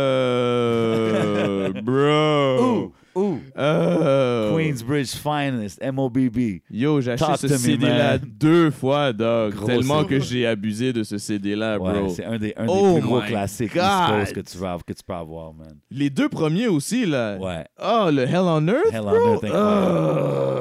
Speaker 3: Euh, bro.
Speaker 2: Ooh,
Speaker 3: Euh,
Speaker 2: Queensbridge Finest, MOBB.
Speaker 3: Yo, j'ai
Speaker 2: Talk
Speaker 3: acheté
Speaker 2: to
Speaker 3: ce
Speaker 2: me,
Speaker 3: CD-là
Speaker 2: man.
Speaker 3: deux fois, dog.
Speaker 2: Gros,
Speaker 3: tellement
Speaker 2: c'est
Speaker 3: que
Speaker 2: vrai.
Speaker 3: j'ai abusé de ce CD-là,
Speaker 2: Ouais,
Speaker 3: bro.
Speaker 2: c'est un des, un des
Speaker 3: Oh
Speaker 2: plus gros
Speaker 3: my
Speaker 2: classiques East
Speaker 3: God.
Speaker 2: Coast que tu, vas, que tu peux avoir, man.
Speaker 3: Les deux premiers aussi, là.
Speaker 2: Ouais.
Speaker 3: Oh, le Hell on Earth?
Speaker 2: Hell on Earth, incroyable.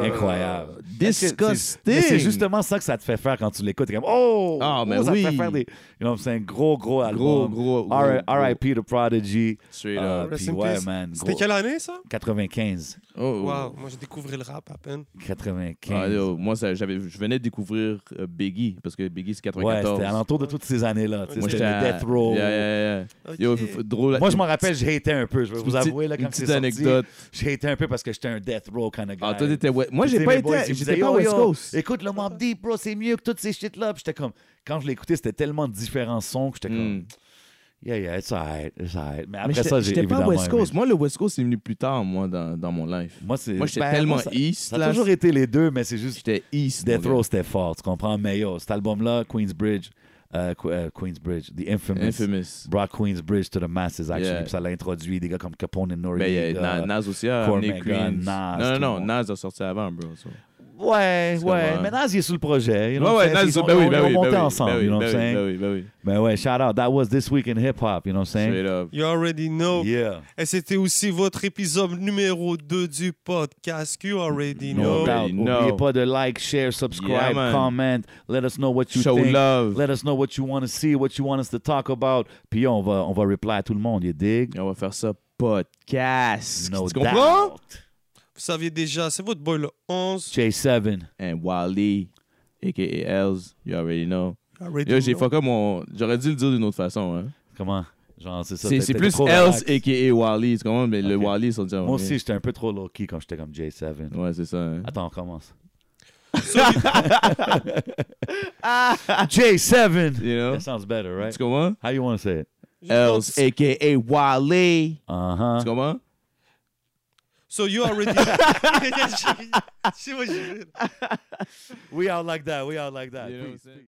Speaker 3: Ah.
Speaker 2: Incroyable. Parce que c'est- mais C'est justement ça que ça te fait faire quand tu l'écoutes. T'es comme, oh!
Speaker 3: Ah,
Speaker 2: oh,
Speaker 3: mais
Speaker 2: ça te fait
Speaker 3: oui.
Speaker 2: faire des. you know, c'est un gros, gros
Speaker 3: Gros,
Speaker 2: album.
Speaker 3: gros, gros.
Speaker 2: R-
Speaker 3: gros.
Speaker 2: RIP to Prodigy.
Speaker 3: Straight
Speaker 2: Euh,
Speaker 3: up.
Speaker 1: Rest
Speaker 2: puis
Speaker 1: in
Speaker 2: ouais,
Speaker 1: peace.
Speaker 2: man,
Speaker 1: C'était
Speaker 2: gros.
Speaker 1: quelle année, ça
Speaker 2: 95.
Speaker 3: Oh.
Speaker 1: Waouh, moi, j'ai découvert le rap à peine.
Speaker 2: 95.
Speaker 3: Ah, yo, moi, ça, j'avais, je venais de découvrir euh, Biggie, parce que Biggie, c'est
Speaker 2: ouais,
Speaker 3: 94.
Speaker 2: c'était à l'entour de toutes ces années-là. tu sais,
Speaker 1: Moi,
Speaker 2: C'était
Speaker 3: à-
Speaker 2: le Death Row.
Speaker 3: Yeah, yeah, yeah. Yo,
Speaker 1: Ok.
Speaker 3: f- f- drôle.
Speaker 2: Moi, je m'en rappelle, je hatais un peu. Je vais vous
Speaker 3: Petite-
Speaker 2: avouer, là,
Speaker 3: une
Speaker 2: quand c'est
Speaker 3: petite
Speaker 2: sorti,
Speaker 3: anecdote.
Speaker 2: j'ai haté un peu parce que j'étais un Death Row kind of guy.
Speaker 3: Ah, toi, t'étais. ouais. Moi,
Speaker 2: Puis,
Speaker 3: j'ai
Speaker 2: tu sais,
Speaker 3: pas
Speaker 2: mes
Speaker 3: été.
Speaker 2: boys, ils me
Speaker 3: J'étais
Speaker 2: disaient,
Speaker 3: pas
Speaker 2: Yo,
Speaker 3: West
Speaker 2: yo,
Speaker 3: Coast.
Speaker 2: Écoute, le Mob Deep, bro, c'est mieux que toutes ces shit-là. Puis j'étais comme, quand je l'écoutais, c'était tellement différent son que j'étais comme,
Speaker 3: Hmm.
Speaker 2: yeah, yeah, it's alright, it's alright. Mais
Speaker 3: Mais
Speaker 2: après
Speaker 3: j'étais-
Speaker 2: ça, j'ai
Speaker 3: j'étais pas
Speaker 2: évidemment
Speaker 3: West Coast.
Speaker 2: aimé.
Speaker 3: Moi, le West Coast, c'est venu plus tard, moi, dans, dans mon life.
Speaker 2: Moi, c'est.
Speaker 3: Moi, j'étais
Speaker 2: ben,
Speaker 3: tellement
Speaker 2: moi, ça-
Speaker 3: East.
Speaker 2: Ça a
Speaker 3: là.
Speaker 2: toujours été les deux, mais c'est juste
Speaker 3: J'étais East.
Speaker 2: Death
Speaker 3: mon gars.
Speaker 2: Row, c'était fort, tu comprends? Mais yo, cet album-là, Queensbridge, euh, Qu- euh, Queensbridge, The Infamous,
Speaker 3: Infamous.
Speaker 2: brought Queensbridge to the masses, actually.
Speaker 3: Yeah.
Speaker 2: Puis ça l'a introduit des gars comme Capone et
Speaker 3: Ben,
Speaker 2: Noriega.
Speaker 3: yeah, Na- Nas aussi a
Speaker 2: Cormac
Speaker 3: amené
Speaker 2: Gunn,
Speaker 3: Queens. non,
Speaker 2: Nas, tout
Speaker 3: non,
Speaker 2: le
Speaker 3: non,
Speaker 2: monde.
Speaker 3: Nas a sorti avant, bro. so.
Speaker 2: Ouais,
Speaker 3: C'est
Speaker 2: ouais.
Speaker 3: comme, euh,
Speaker 2: Mais Nas, il est sous le projet. You know
Speaker 3: Ouais,
Speaker 2: what
Speaker 3: ouais,
Speaker 2: I'm
Speaker 3: Nas,
Speaker 2: saying? Ils ont-
Speaker 3: ben
Speaker 2: ils
Speaker 3: oui,
Speaker 2: ont-
Speaker 3: ben
Speaker 2: ils ont
Speaker 3: oui.
Speaker 2: monté
Speaker 3: ben oui,
Speaker 2: ensemble,
Speaker 3: ben
Speaker 2: you know
Speaker 3: oui,
Speaker 2: what I'm
Speaker 3: ben oui,
Speaker 2: saying?
Speaker 3: Ben oui, ben oui.
Speaker 2: Mais ouais, shout out. That was this week in hip hop, you know what I'm saying?
Speaker 3: Straight up.
Speaker 1: You already know.
Speaker 2: Yeah.
Speaker 1: Et c'était aussi votre épisode numéro 2 du podcast. You already
Speaker 2: No,
Speaker 1: know.
Speaker 3: No.
Speaker 2: doubt.
Speaker 3: No.
Speaker 2: N'oubliez pas de like, share,
Speaker 3: Yeah,
Speaker 2: subscribe,
Speaker 3: man.
Speaker 2: comment. Let us know what you
Speaker 3: Show
Speaker 2: think.
Speaker 3: love.
Speaker 2: Let us know what you want to see, what you want us to talk about. Puis yo, on va, on va reply à tout le monde, you dig?
Speaker 3: Et on va faire ça podcast.
Speaker 2: No
Speaker 3: tu comprends?
Speaker 2: doubt.
Speaker 1: Vous saviez déjà, c'est votre boy le 11.
Speaker 2: J7.
Speaker 3: And Wally, a.k.a. Els, you already know.
Speaker 1: You already
Speaker 3: Yo, j'ai
Speaker 1: know.
Speaker 3: fuck up mon... J'aurais dû le dire d'une autre façon. Hein.
Speaker 2: Comment? Genre, c'est ça.
Speaker 3: C'est
Speaker 2: t'es-
Speaker 3: c'est
Speaker 2: t'es
Speaker 3: plus
Speaker 2: trop
Speaker 3: Els,
Speaker 2: relax.
Speaker 3: a.k.a. Wally. Tu comprends? Mais le
Speaker 2: Ok.
Speaker 3: Wally, ils sont déjà...
Speaker 2: Moi aussi, j'étais un peu trop low-key quand j'étais comme J7.
Speaker 3: Ouais, c'est ça. hein.
Speaker 2: Attends, on commence.
Speaker 1: Sur-
Speaker 3: Ah.
Speaker 2: J7!
Speaker 3: You know?
Speaker 2: That sounds better, right?
Speaker 3: Tu comprends?
Speaker 2: How you want to say it?
Speaker 3: Els, a.k.a. Wally.
Speaker 2: Uh-huh.
Speaker 3: Tu comprends?
Speaker 1: So you already know.
Speaker 2: We out like that. We out like that.
Speaker 3: You know what
Speaker 2: Peace.
Speaker 3: I'm saying?